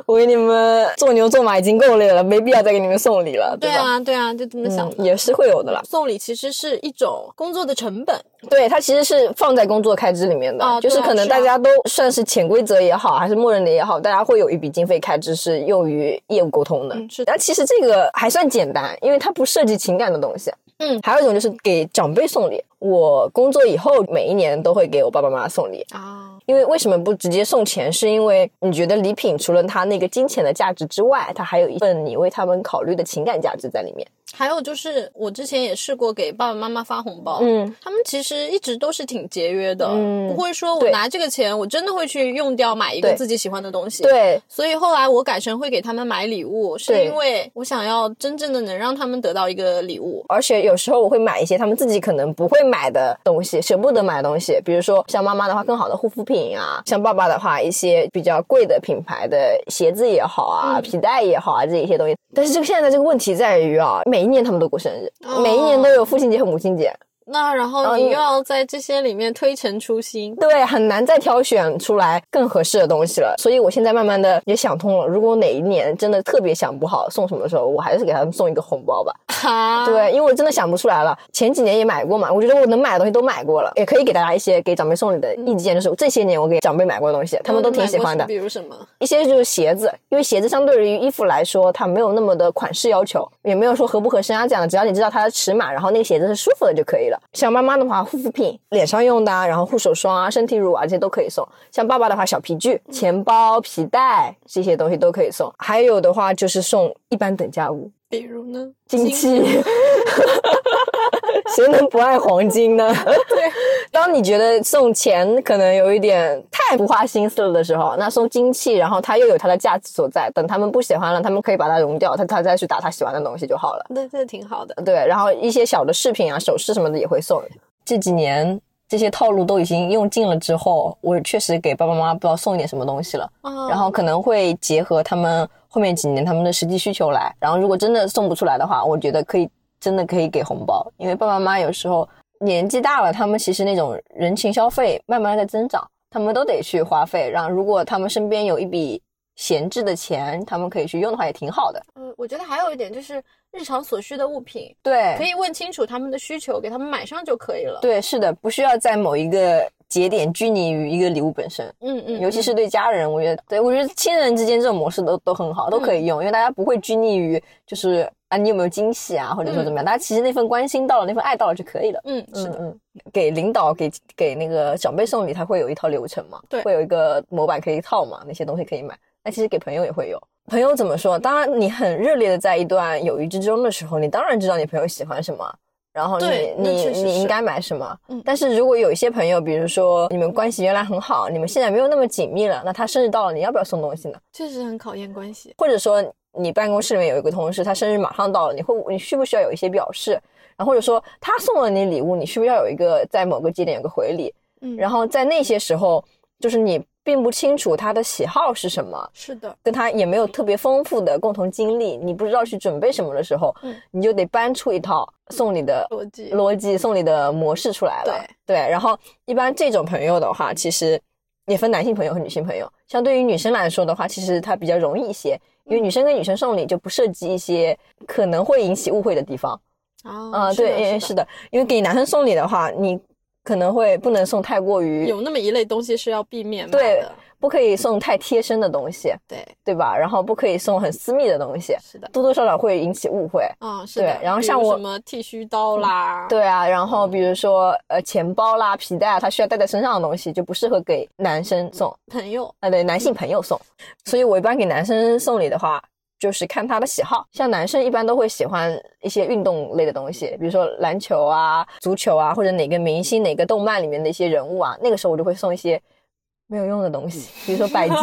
S1: 我给你们做牛做马已经够累了，没必要再给你们送礼了，
S2: 对
S1: 吧？
S2: 啊，对啊，就这么想
S1: 嗯，
S2: 的。
S1: 也是会有的啦。
S2: 送礼其实是一种工作的成本，
S1: 对，它其实是放在工作开支里面的，
S2: 啊
S1: 就是
S2: 对啊
S1: 可能
S2: 是啊
S1: 大家都算是潜规则也好，还是默认的也好，大家会有一笔经费开支是用于业务沟通的。
S2: 嗯是的
S1: 但其实这个还算简单，因为它不涉及情感的东西。
S2: 嗯，
S1: 还有一种就是给长辈送礼。我工作以后，每一年都会给我爸爸妈妈送礼，
S2: 啊，
S1: 因为为什么不直接送钱？是因为你觉得礼品除了它那个金钱的价值之外，它还有一份你为他们考虑的情感价值在里面。
S2: 还有就是我之前也试过给爸爸妈妈发红包，
S1: 嗯，
S2: 他们其实一直都是挺节约的，
S1: 嗯
S2: 不会说我
S1: 对
S2: 拿这个钱，我真的会去用掉买一个
S1: 对
S2: 自己喜欢的东西。，
S1: 对，
S2: 所以后来我改成会给他们买礼物，是
S1: 对
S2: 因为我想要真正的能让他们得到一个礼物。
S1: 而且有时候我会买一些他们自己可能不会买的东西，舍不得买的东西，比如说像妈妈的话，更好的护肤品啊；像爸爸的话，一些比较贵的品牌的鞋子也好啊，
S2: 嗯
S1: 皮带也好啊，这一些东西。但是这个现在这个问题在于啊，每一年他们都过生日，
S2: 哦
S1: 每一年都有父亲节和母亲节，
S2: 那然后
S1: 嗯
S2: 你又要在这些里面推陈出新，
S1: 对，很难再挑选出来更合适的东西了。所以我现在慢慢的也想通了，如果哪一年真的特别想不好送什么的时候，我还是给他们送一个红包吧。
S2: 哈，
S1: 对，因为我真的想不出来了。前几年也买过嘛，我觉得我能买的东西都买过了，也可以给大家一些给长辈送礼的意见，就是这些年我给长嗯辈买过的东西，他们都挺喜欢的
S2: 比。如什么？
S1: 一些就是鞋子，因为鞋子相对于衣服来说，它没有那么的款式要求，也没有说合不合身啊这样的，只要你知道它的尺码，然后那个鞋子是舒服的就可以了。像妈妈的话，护肤品、脸上用的啊，然后护手霜啊、身体乳啊这些都可以送。像爸爸的话，小皮具、钱包、皮带这些东西都可以送。还有的话就是送一般等价物，
S2: 比如呢？
S1: 金器。 谁能不爱黄金呢？ 对，当你觉得送钱可能有一点太不花心思了的时候，那送金器，然后它又有它的价值所在。等他们不喜欢了，他们可以把它融掉，他他再去打他喜欢的东西就好了。
S2: 那这挺好的。
S1: 对，然后一些小的饰品啊、首饰什么的也会送。这几年这些套路都已经用尽了之后，我确实给爸爸妈妈不知道送一点什么东西了。
S2: 啊
S1: 然后可能会结合他们后面几年他们的实际需求来。然后如果真的送不出来的话，我觉得可以真的可以给红包，因为爸爸妈妈有时候年纪大了，他们其实那种人情消费慢慢的在增长，他们都得去花费。然后如果他们身边有一笔闲置的钱，他们可以去用的话，也挺好的。
S2: 呃，我觉得还有一点就是日常所需的物品，
S1: 对，
S2: 可以问清楚他们的需求，给他们买上就可以了。，
S1: 对，是的，不需要在某一个节点拘泥于一个礼物本身。
S2: 嗯嗯，
S1: 尤其是对家人，我觉得，对我觉得亲人之间这种模式都都很好，都可以用，因为大家不会拘泥于就是啊你有没有惊喜啊，或者说怎么样，大家其实那份关心到了，那份爱到了就可以了。
S2: 嗯嗯是的，
S1: 嗯嗯，给领导给给那个长辈送礼，他会有一套流程嘛，
S2: 对
S1: 会有一个模板可以套嘛，那些东西可以买。那其实给朋友也会有。朋友怎么说？当然，你很热烈的在一段友谊之中的时候，你当然知道你朋友喜欢什么，然后你
S2: 对那
S1: 你
S2: 确实
S1: 你
S2: 是
S1: 应该买什么。
S2: 嗯
S1: 但是如果有一些朋友，比如说你们关系原来很好，你们现在没有那么紧密了，那他生日到了，你要不要送东西呢？
S2: 确实很考验关系。
S1: 或者说你办公室里面有一个同事，他生日马上到了，你会你需不需要有一些表示？然后或者说他送了你礼物，你需不需要有一个在某个节点有个回礼？
S2: 嗯
S1: 然
S2: 后
S1: 后在那些时候，就是你并不清楚他的喜好是什么，
S2: 是的，
S1: 跟他也没有特别丰富的共同经历，你不知道去准备什么的时候，
S2: 嗯
S1: 你就得搬出一套送礼的
S2: 逻辑
S1: 逻辑、送礼的模式出来了。对然后一般这种朋友的话，其实也分男性朋友和女性朋友。相对于女生来说的话，其实它比较容易一些，
S2: 嗯
S1: 因为女生跟女生送礼就不涉及一些可能会引起误会的地方。啊、
S2: 啊是的
S1: 对，诶
S2: 是
S1: 是
S2: 的，
S1: 的，因为给男生送礼的话，你可能会不能送太过于
S2: 有那么一类东西是要避免买
S1: 对
S2: 的，
S1: 不可以送太贴身的东西，
S2: 对，
S1: 对吧？然后不可以送很私密的东西，
S2: 是的，
S1: 多多少少会引起误会。
S2: 啊是的。
S1: 对然后
S2: 比
S1: 像
S2: 如
S1: 我
S2: 什么剃须刀啦，
S1: 对啊，然后比如说呃钱包啦、皮带啊，他需要带在身上的东西就不适合给男生送啊、
S2: 朋友，
S1: 对，男性朋友送。所以我一般给男生送礼的话，就是看他的喜好。像男生一般都会喜欢一些运动类的东西，比如说篮球啊、足球啊，或者哪个明星、哪个动漫里面的一些人物啊，那个时候我就会送一些没有用的东西，比如说摆件。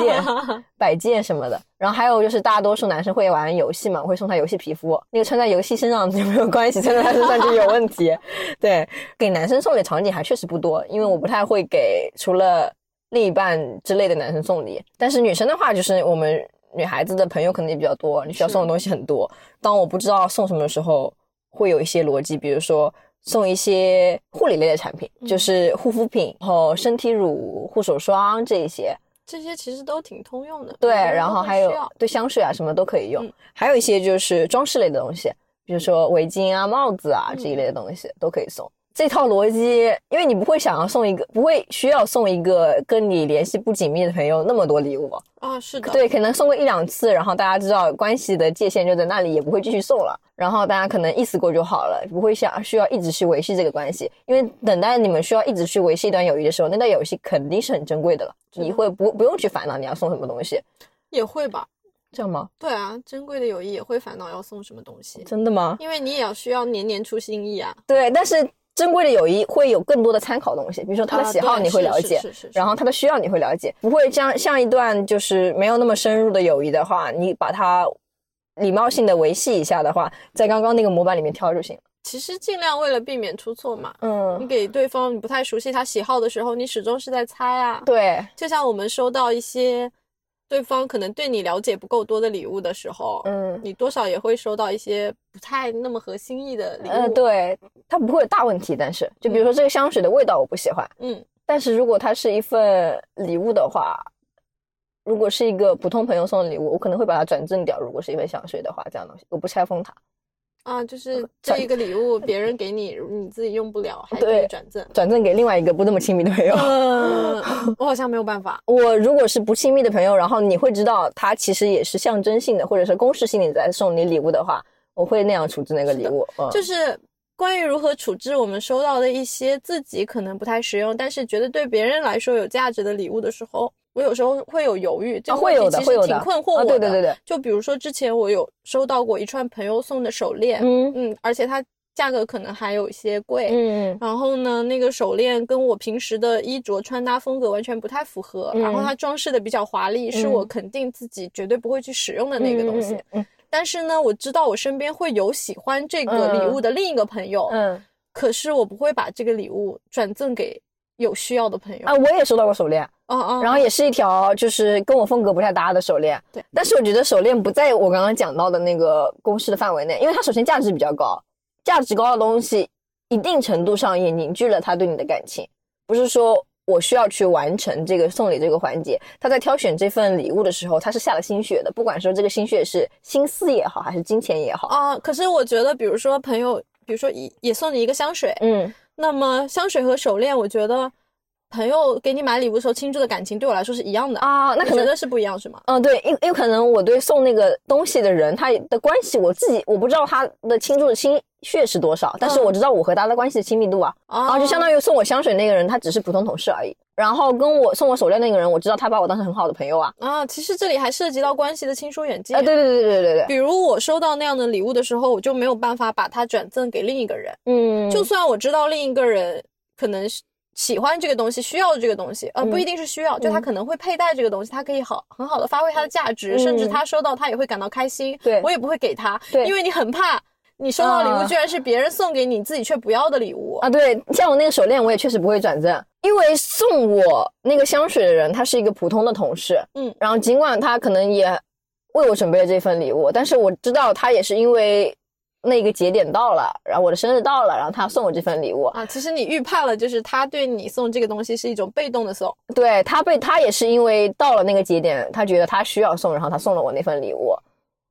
S1: 摆件什么的。然后还有就是大多数男生会玩游戏嘛，我会送他游戏皮肤，那个穿在游戏身上就没有关系，穿在他身上就有问题。 对，给男生送礼场景还确实不多，因为我不太会给除了另一半之类的男生送礼。但是女生的话，就是我们女孩子的朋友可能也比较多，你需要
S2: 是
S1: 送的东西很多。当我不知道送什么的时候，会有一些逻辑，比如说送一些护理类的产品，
S2: 嗯
S1: 就是护肤品，然后身体乳、护手霜这一些。
S2: 这些其实都挺通用的。
S1: 对，
S2: 每个人
S1: 然
S2: 都
S1: 后
S2: 会
S1: 还
S2: 需
S1: 有
S2: 要
S1: 对香水啊什么都可以用，
S2: 嗯
S1: 还有一些就是装饰类的东西，比如说围巾啊、帽子啊
S2: 嗯
S1: 这一类的东西都可以送。这套逻辑，因为你不会想要送一个，不会需要送一个跟你联系不紧密的朋友那么多礼物，哦
S2: 啊是的，
S1: 对，可能送个一两次，然后大家知道关系的界限就在那里，也不会继续送了。然后大家可能意思过就好了，不会想需要一直去维系这个关系，因为等待你们需要一直去维系一段友谊的时候，那段友谊肯定是很珍贵的了，
S2: 的
S1: 你会不不用去烦恼你要送什么东西，
S2: 也会吧。
S1: 这样吗？
S2: 对啊，珍贵的友谊也会烦恼要送什么东西，
S1: 真的吗？
S2: 因为你也要需要年年出新意啊。
S1: 对，但是珍贵的友谊会有更多的参考东西，比如说他的
S2: 啊
S1: 喜好
S2: 对
S1: 你会
S2: 是
S1: 了
S2: 是
S1: 解，
S2: 是是是
S1: 然后他的需要你会了解，不会像像一段就是没有那么深入的友谊的话，你把它礼貌性的维系一下的话，在刚刚那个模板里面挑就行了。
S2: 其实尽量为了避免出错嘛。你
S1: 嗯，
S2: 给对方你不太熟悉他喜好的时候，你始终是在猜啊。
S1: 对，
S2: 就像我们收到一些对方可能对你了解不够多的礼物的时候，
S1: 嗯。
S2: 你多少也会收到一些不太那么合心意的礼物。
S1: 呃，，对，它不会有大问题，但是就比如说这个香水的味道我不喜欢，
S2: 嗯，
S1: 但是如果它是一份礼物的话，如果是一个普通朋友送的礼物，我可能会把它转正掉。如果是一份香水的话，这样的东西我不拆封它。
S2: 啊，就是
S1: 呃转
S2: 这一个礼物别人给你，你自己用不了，还
S1: 对
S2: 可以转赠。
S1: 转赠给另外一个不那么亲密的朋 友。
S2: 嗯，我好像没有办法。
S1: 我如果是不亲密的朋友，然后你会知道他其实也是象征性的，或者是公式性的在送你礼物的话，我会那样处置那个礼物。嗯，
S2: 就是关于如何处置我们收到的一些自己可能不太实用，但是觉得对别人来说有价值的礼物的时候，我有时候会有犹豫，这
S1: 啊
S2: 个
S1: 会
S2: 问
S1: 有
S2: 题
S1: 的，
S2: 其
S1: 会
S2: 实
S1: 有
S2: 挺
S1: 的。
S2: 困惑我
S1: 啊，
S2: 的。
S1: 对对对对，
S2: 就比如说之前我有收到过一串朋友送的手链，
S1: 嗯
S2: 嗯，而且它价格可能还有一些贵。
S1: 嗯
S2: 然后呢，那个手链跟我平时的衣着穿搭风格完全不太符合，
S1: 嗯
S2: 然后它装饰的比较华丽，是
S1: 嗯
S2: 我肯定自己绝对不会去使用的那个东西。
S1: 嗯嗯
S2: 但是呢，我知道我身边会有喜欢这个礼物的另一个朋友，
S1: 嗯嗯
S2: 可是我不会把这个礼物转赠给有需要的朋友。
S1: 啊，我也收到过手链，
S2: 嗯嗯，
S1: 然后也是一条就是跟我风格不太搭的手链。
S2: 对，
S1: 但是我觉得手链不在我刚刚讲到的那个公式的范围内，因为它首先价值比较高，价值高的东西一定程度上也凝聚了他对你的感情，不是说。我需要去完成这个送礼这个环节。他在挑选这份礼物的时候，他是下了心血的，不管说这个心血是心思也好，还是金钱也好。
S2: 啊，可是我觉得，比如说朋友，比如说也也送你一个香水，
S1: 嗯
S2: 那么香水和手链，我觉得朋友给你买礼物的时候倾注的感情，对我来说是一样的。
S1: 啊，那可
S2: 你觉
S1: 能
S2: 得是不一样是吗？
S1: 嗯，对，因因为可能我对送那个东西的人他的关系，我自己我不知道他的倾注的心血是多少，但是
S2: 嗯
S1: 我知道我和他的关系的亲密度啊。然
S2: 啊
S1: 后就相当于送我香水那个人，他只是普通同事而已。然后跟我送我手链那个人，我知道他把我当成很好的朋友啊。
S2: 啊，其实这里还涉及到关系的亲疏远近。
S1: 啊，对对对对对对对，
S2: 比如我收到那样的礼物的时候，我就没有办法把它转赠给另一个人。
S1: 嗯，
S2: 就算我知道另一个人可能是喜欢这个东西，需要这个东西，呃，
S1: 嗯
S2: 不一定是需要，就他可能会佩戴这个东西，他可以好很好的发挥它的价值，
S1: 嗯
S2: 甚至他收到他也会感到开心。
S1: 对
S2: 我也不会给他，
S1: 对
S2: 因为你很怕你收到礼
S1: 啊
S2: 物居然是别人送给你，你自己却不要的礼物。
S1: 啊，对，像我那个手链，我也确实不会转赠，因为送我那个香水的人，他是一个普通的同事，
S2: 嗯
S1: 然后尽管他可能也为我准备了这份礼物，但是我知道他也是因为那个节点到了，然后我的生日到了，然后他送我这份礼物，
S2: 啊，其实你预判了，就是他对你送这个东西是一种被动的送。
S1: 对他被他也是因为到了那个节点，他觉得他需要送，然后他送了我那份礼物，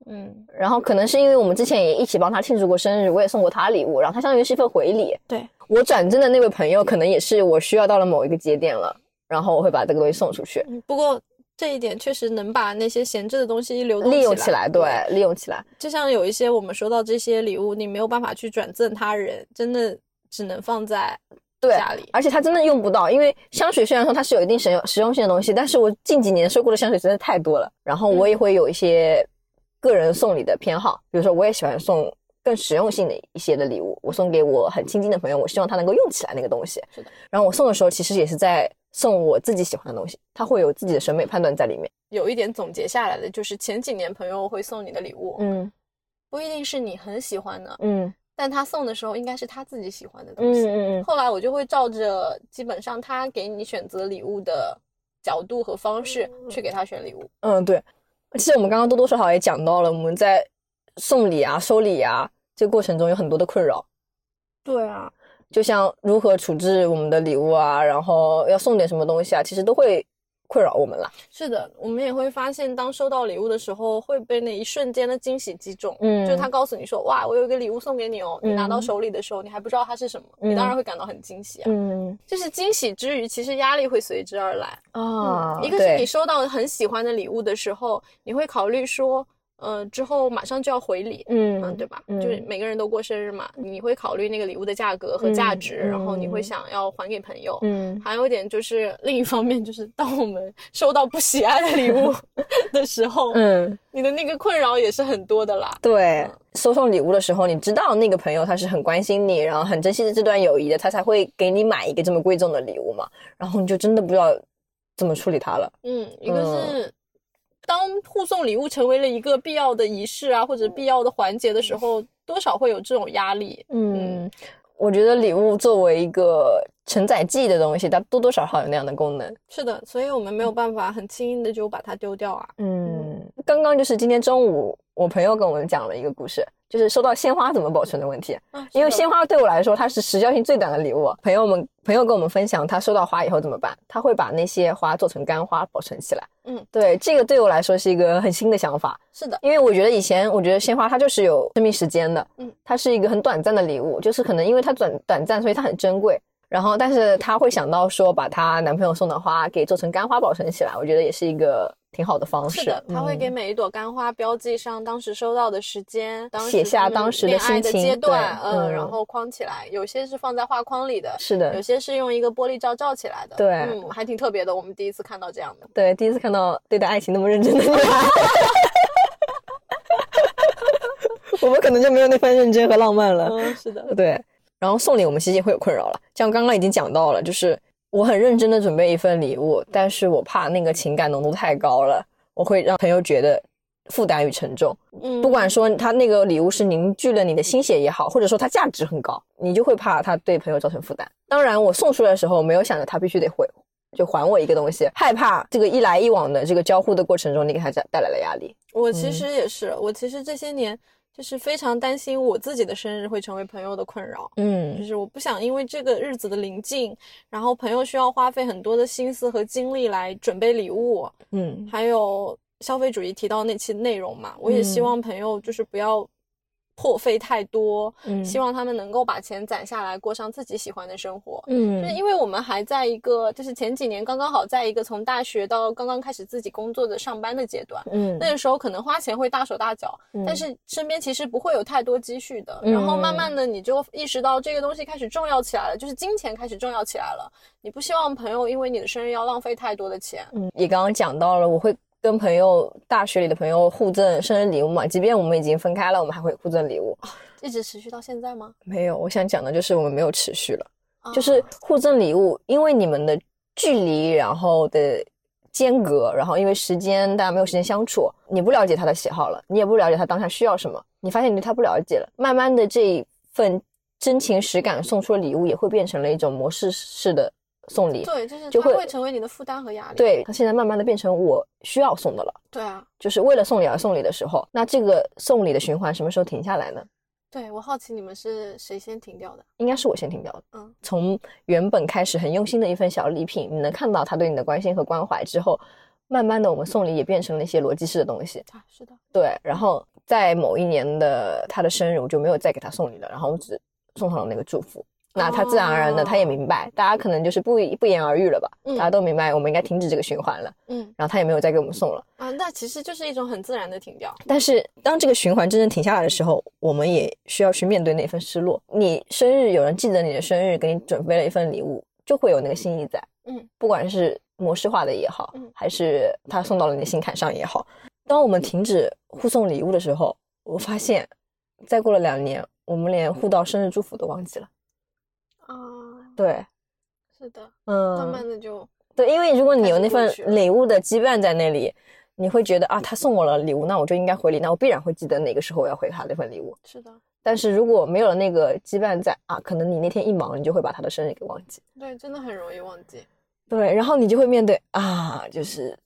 S2: 嗯，
S1: 然后可能是因为我们之前也一起帮他庆祝过生日，我也送过他礼物，然后他相当于是一份回礼，
S2: 对，
S1: 我转正的那位朋友，可能也是我需要到了某一个节点了，然后我会把这个东西送出去，
S2: 嗯不过这一点确实能把那些闲置的东西流动
S1: 利用
S2: 起
S1: 起来，对，利用起来。
S2: 就像有一些我们说到这些礼物，你没有办法去转赠他人，真的只能放在
S1: 对
S2: 家里。
S1: 而且它真的用不到，因为香水虽然说它是有一定实用实用性的东西，但是我近几年收过的香水实在太多了，然后我也会有一些个人送礼的偏好，比如说我也喜欢送更实用性的一些的礼物，我送给我很亲近的朋友，我希望他能够用起来那个东西。
S2: 是的，
S1: 然后我送的时候其实也是在送我自己喜欢的东西，他会有自己的审美判断在里面。
S2: 有一点总结下来的就是，前几年朋友会送你的礼物，
S1: 嗯
S2: 不一定是你很喜欢的，
S1: 嗯
S2: 但他送的时候应该是他自己喜欢的东
S1: 嗯
S2: 西。
S1: 嗯嗯，
S2: 后来我就会照着基本上他给你选择礼物的角度和方式去给他选礼物。
S1: 嗯，对。其实我们刚刚多多少少也讲到了，我们在送礼啊、收礼啊这个过程中有很多的困扰。
S2: 对啊，
S1: 就像如何处置我们的礼物啊，然后要送点什么东西啊，其实都会困扰我们啦。
S2: 是的，我们也会发现，当收到礼物的时候，会被那一瞬间的惊喜击中。
S1: 嗯
S2: 就他告诉你说：“哇，我有一个礼物送给你哦。”你拿到
S1: 嗯
S2: 手里的时候，你还不知道它是什么，
S1: 嗯
S2: 你当然会感到很惊喜啊。
S1: 嗯
S2: 就是惊喜之余，其实压力会随之而来。
S1: 啊，
S2: 嗯一个是
S1: 对
S2: 你收到很喜欢的礼物的时候，你会考虑说，呃，之后马上就要回礼，
S1: 嗯
S2: 对吧？
S1: 嗯
S2: 就是每个人都过生日嘛，你会考虑那个礼物的价格和
S1: 嗯
S2: 价值，然后你
S1: 嗯
S2: 会想要还给朋友。
S1: 嗯
S2: 还有一点就是，另一方面就是，当我们收到不喜爱的礼物的时候，
S1: 嗯，
S2: 你的那个困扰也是很多的啦。
S1: 对，嗯收送礼物的时候，你知道那个朋友他是很关心你，然后很珍惜这段友谊的，他才会给你买一个这么贵重的礼物嘛。然后你就真的不知道怎么处理它了。
S2: 嗯，一个是当互送礼物成为了一个必要的仪式啊，或者必要的环节的时候，多少会有这种压力。
S1: 嗯，我觉得礼物作为一个承载记忆的东西，它多多少少有那样的功能。
S2: 是的，所以我们没有办法很轻易的就把它丢掉啊。
S1: 嗯，刚刚就是今天中午，我朋友跟我们讲了一个故事，就是收到鲜花怎么保存的问题。啊因为鲜花对我来说，它是时效性最短的礼物。朋友们，朋友跟我们分享，他收到花以后怎么办？他会把那些花做成干花保存起来。
S2: 嗯，
S1: 对，这个对我来说是一个很新的想法，
S2: 是的，
S1: 因为我觉得以前我觉得鲜花它就是有生命时间的，
S2: 嗯，
S1: 它是一个很短暂的礼物，就是可能因为它短短暂，所以它很珍贵。然后，但是她会想到说，把她男朋友送的花给做成干花保存起来，我觉得也是一个挺好的方式。
S2: 是的，他会
S1: 嗯
S2: 给每一朵干花标记上当时收到的时间，当时
S1: 写下
S2: 他们
S1: 当时的
S2: 恋
S1: 心
S2: 爱
S1: 情
S2: 阶段，
S1: 对
S2: 嗯，
S1: 嗯
S2: 然后框起来，有些是放在画框里的，
S1: 是的，
S2: 有些是用一个玻璃罩罩起来的，
S1: 对
S2: 嗯，还挺特别的，我们第一次看到这样的。
S1: 对，第一次看到对待爱情那么认真的女 孩， 我们可能就没有那份认真和浪漫了。
S2: 嗯，是的，
S1: 对，然后送礼我们其实也会有困扰了，像刚刚已经讲到了，就是我很认真的准备一份礼物，但是我怕那个情感浓度太高了，我会让朋友觉得负担与沉重。
S2: 嗯，
S1: 不管说他那个礼物是凝聚了你的心血也好，或者说它价值很高，你就会怕他对朋友造成负担。当然，我送出来的时候没有想着他必须得回，就还我一个东西，害怕这个一来一往的这个交互的过程中，你给他带带来了压力。
S2: 我其实也是，我其实这些年就是非常担心我自己的生日会成为朋友的困扰，就
S1: 嗯
S2: 是我不想因为这个日子的临近，然后朋友需要花费很多的心思和精力来准备礼物，
S1: 嗯嗯
S2: 还有消费主义提到那期内容嘛，我也希望朋友就是不要破费太多，
S4: 嗯
S2: 希望他们能够把钱攒下来，过上自己喜欢的生活。就是
S4: 嗯
S2: 因为我们还在一个，就是前几年刚刚好在一个从大学到刚刚开始自己工作的上班的阶段，
S4: 嗯
S2: 那个时候可能花钱会大手大脚，
S4: 嗯
S2: 但是身边其实不会有太多积蓄的。
S4: 嗯
S2: 然后慢慢的你就意识到这个东西开始重要起来了，就是金钱开始重要起来了。你不希望朋友因为你的生日要浪费太多的钱，
S1: 嗯，也刚刚讲到了，我会跟朋友大学里的朋友互赠生日礼物嘛，即便我们已经分开了，我们还会互赠礼物。
S2: 一直持续到现在吗？
S1: 没有，我想讲的就是我们没有持续了，
S2: 啊
S1: 就是互赠礼物，因为你们的距离，然后的间隔，然后因为时间大家没有时间相处，你不了解他的喜好了，你也不了解他当下需要什么，你发现你对他不了解了，慢慢的这一份真情实感送出的礼物也会变成了一种模式式的送礼。
S2: 对，就是
S1: 就
S2: 它
S1: 会
S2: 会成为你的负担和压力。
S1: 对，他现在慢慢的变成我需要送的了。
S2: 对啊，
S1: 就是为了送礼而送礼的时候，那这个送礼的循环什么时候停下来呢？
S2: 对我好奇你们是谁先停掉的？
S1: 应该是我先停掉的。
S2: 嗯，
S1: 从原本开始很用心的一份小礼品，你能看到他对你的关心和关怀之后，慢慢的我们送礼也变成了一些逻辑式的东西。
S2: 啊，是的，
S1: 对，然后在某一年的他的生日，我就没有再给他送礼了，然后我只送上了那个祝福。那他自然而然的，
S2: 哦
S1: 他也明白，大家可能就是不不言而喻了吧，
S2: 嗯
S1: 大家都明白我们应该停止这个循环了，
S2: 嗯
S1: 然后他也没有再给我们送了。
S2: 啊，那其实就是一种很自然的停掉。
S1: 但是当这个循环真正停下来的时候，我们也需要去面对那份失落。你生日有人记得你的生日，给你准备了一份礼物，就会有那个心意在。
S2: 嗯，
S1: 不管是模式化的也好
S2: 嗯，
S1: 还是他送到了你的心坎上也好，当我们停止互送礼物的时候，我发现，再过了两年，我们连互道生日祝福都忘记了。
S2: 啊，
S1: 对，
S2: 是的，
S1: 嗯，
S2: 慢慢的就
S1: 对，因为如果你有那
S2: 开
S1: 份
S2: 始过去了
S1: 礼物的羁绊在那里，你会觉得啊，他送我了礼物，那我就应该回礼，那我必然会记得哪个时候我要回他那份礼物。
S2: 是的，
S1: 但是如果没有了那个羁绊在啊，可能你那天一忙，你就会把他的生日给忘记。
S2: 对，真的很容易忘记。
S1: 对，然后你就会面对啊，就是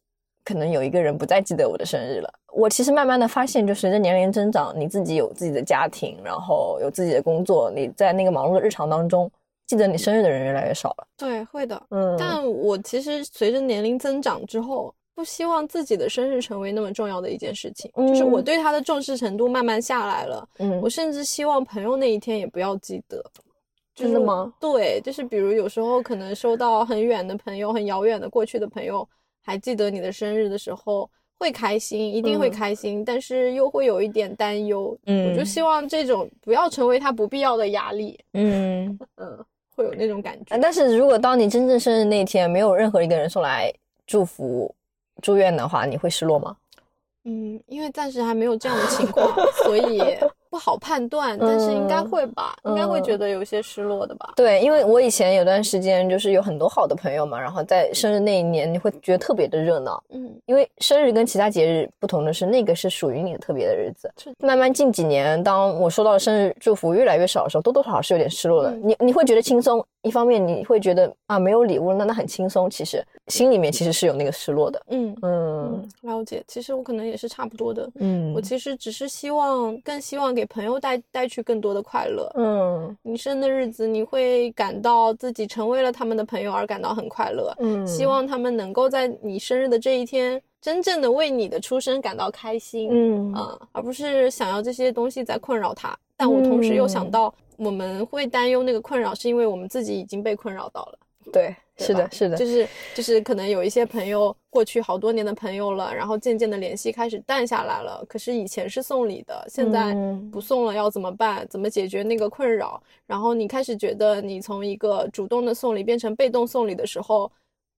S1: 可能有一个人不再记得我的生日了。我其实慢慢的发现，就随着年龄增长，你自己有自己的家庭，然后有自己的工作，你在那个忙碌的日常当中，记得你生日的人越来越少了。
S2: 对，会的。
S1: 嗯，
S2: 但我其实随着年龄增长之后，不希望自己的生日成为那么重要的一件事情，就是我
S1: 嗯
S2: 对它的重视程度慢慢下来了。
S1: 嗯
S2: 我甚至希望朋友那一天也不要记得。就
S1: 真的
S2: 是
S1: 吗？
S2: 对，就是比如有时候可能收到很远的朋友、很遥远的过去的朋友，还记得你的生日的时候，会开心，一定会
S1: 嗯
S2: 开心，但是又会有一点担忧。我就
S1: 嗯
S2: 希望这种不要成为他不必要的压力，
S1: 嗯。
S2: 嗯，会有那种感觉
S1: 啊，。但是如果当你真正生日那天没有任何一个人送来祝福、祝愿的话，你会失落吗？
S2: 嗯，因为暂时还没有这样的情况，所 以不好判断，但是应该
S1: 嗯
S2: 会吧，应该会觉得有些失落的吧。
S1: 对，因为我以前有段时间就是有很多好的朋友嘛，然后在生日那一年，你会觉得特别的热闹，
S2: 嗯，
S1: 因为生日跟其他节日不同的是，那个是属于你的特别的日子
S2: 是。
S1: 慢慢近几年，当我收到的生日祝福越来越少的时候，多多少少是有点失落的。
S2: 嗯
S1: 你你会觉得轻松，一方面你会觉得啊没有礼物了，那那很轻松，其实心里面其实是有那个失落的。
S2: 嗯
S1: 嗯
S2: 嗯，了解。其实我可能也是差不多的。
S1: 嗯
S2: 我其实只是希望，更希望给朋友带带去更多的快乐。
S1: 嗯
S2: 你生的日子，你会感到自己成为了他们的朋友而感到很快乐。
S1: 嗯，
S2: 希望他们能够在你生日的这一天，真正的为你的出生感到开心。
S1: 嗯
S2: 啊、而不是想要这些东西在困扰他。但我同时又想
S1: 嗯
S2: 到，我们会担忧那个困扰，是因为我们自己已经被困扰到了。
S1: 对，
S2: 对
S1: 是
S2: 吧
S1: 的，是的，
S2: 就是就是可能有一些朋友过去好多年的朋友了，然后渐渐的联系开始淡下来了。可是以前是送礼的，现在
S1: 嗯
S2: 不送了要怎么办？怎么解决那个困扰？然后你开始觉得你从一个主动的送礼变成被动送礼的时候，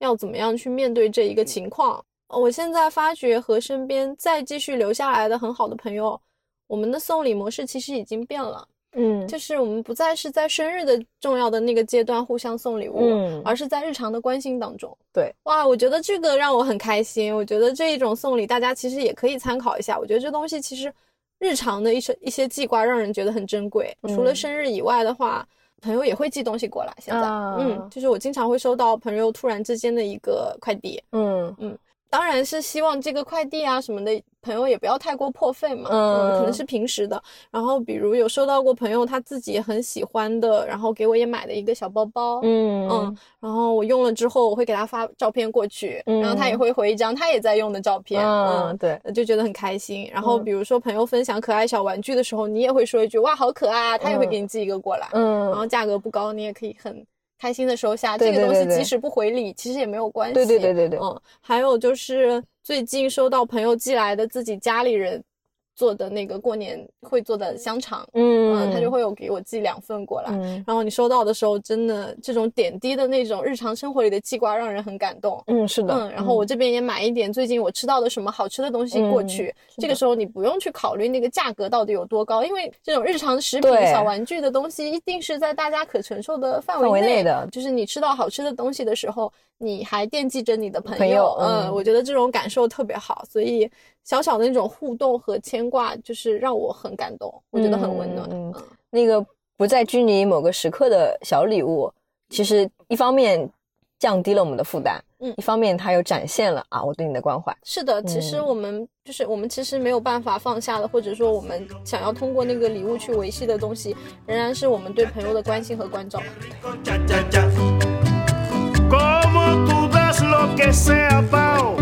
S2: 要怎么样去面对这一个情况？哦我现在发觉和身边再继续留下来的很好的朋友，我们的送礼模式其实已经变了，
S1: 嗯
S2: 就是我们不再是在生日的重要的那个阶段互相送礼物，
S1: 嗯
S2: 而是在日常的关心当中。
S1: 对，
S2: 哇，我觉得这个让我很开心。我觉得这一种送礼，大家其实也可以参考一下。我觉得这东西其实日常的一些一些记挂，让人觉得很珍贵。
S1: 嗯
S2: 除了生日以外的话，朋友也会寄东西过来。现在，嗯
S1: 啊
S2: 嗯，就是我经常会收到朋友突然之间的一个快递。
S1: 嗯
S2: 当然是希望这个快递啊什么的朋友也不要太过破费嘛，
S1: 嗯
S2: 可能是平时的。然后比如有收到过朋友他自己也很喜欢的，然后给我也买的一个小包包，
S1: 嗯
S2: 嗯，然后我用了之后，我会给他发照片过去，
S1: 嗯
S2: 然后他也会回一张他也在用的照片，
S1: 嗯，
S2: 嗯，
S1: 对，
S2: 就觉得很开心。然后
S1: 嗯
S2: 比如说朋友分享可爱小玩具的时候，你也会说一句哇好可爱啊，他也会给你寄一个过来，然
S1: 嗯，
S2: 后价格不高，你也可以很开心的收下。
S1: 对
S2: 这
S1: 对
S2: 个东
S1: 对
S2: 西
S1: 对
S2: 即使不回礼，其实也没有关系。
S1: 对对对对对，
S2: 嗯，还有就是最近收到朋友寄来的自己家里人做的那个过年会做的香肠，
S1: 嗯，
S2: 嗯，他就会有给我寄两份过来。
S1: 嗯，
S2: 然后你收到的时候，真的这种点滴的那种日常生活里的记挂，让人很感动。
S1: 嗯，是的，
S2: 嗯，然后我这边也买一点最近我吃到的什么好吃的东西过去。
S1: 嗯
S2: 这个时候你不用去考虑那个价格到底有多高，因为这种日常食品
S1: 对、
S2: 小玩具的东西，一定是在大家可承受的范
S1: 范围
S2: 围
S1: 内的
S2: 就是你吃到好吃的东西的时候，你还惦记着你的朋友。
S1: 朋友
S2: 嗯
S1: 嗯
S2: 我觉得这种感受特别好，所以小小的那种互动和牵挂，就是让我很感动，我觉得很温暖。
S1: 嗯嗯那个不再拘泥某个时刻的小礼物，其实一方面降低了我们的负担，
S2: 嗯
S1: 一方面它又展现了啊我对你的关怀，
S2: 是的，其实
S1: 嗯
S2: 我们就是我们其实没有办法放下的，或者说我们想要通过那个礼物去维系的东西，仍然是我们对朋友的关心和关照。
S3: Cha, cha, cha. Como tú das lo que sea, Pao,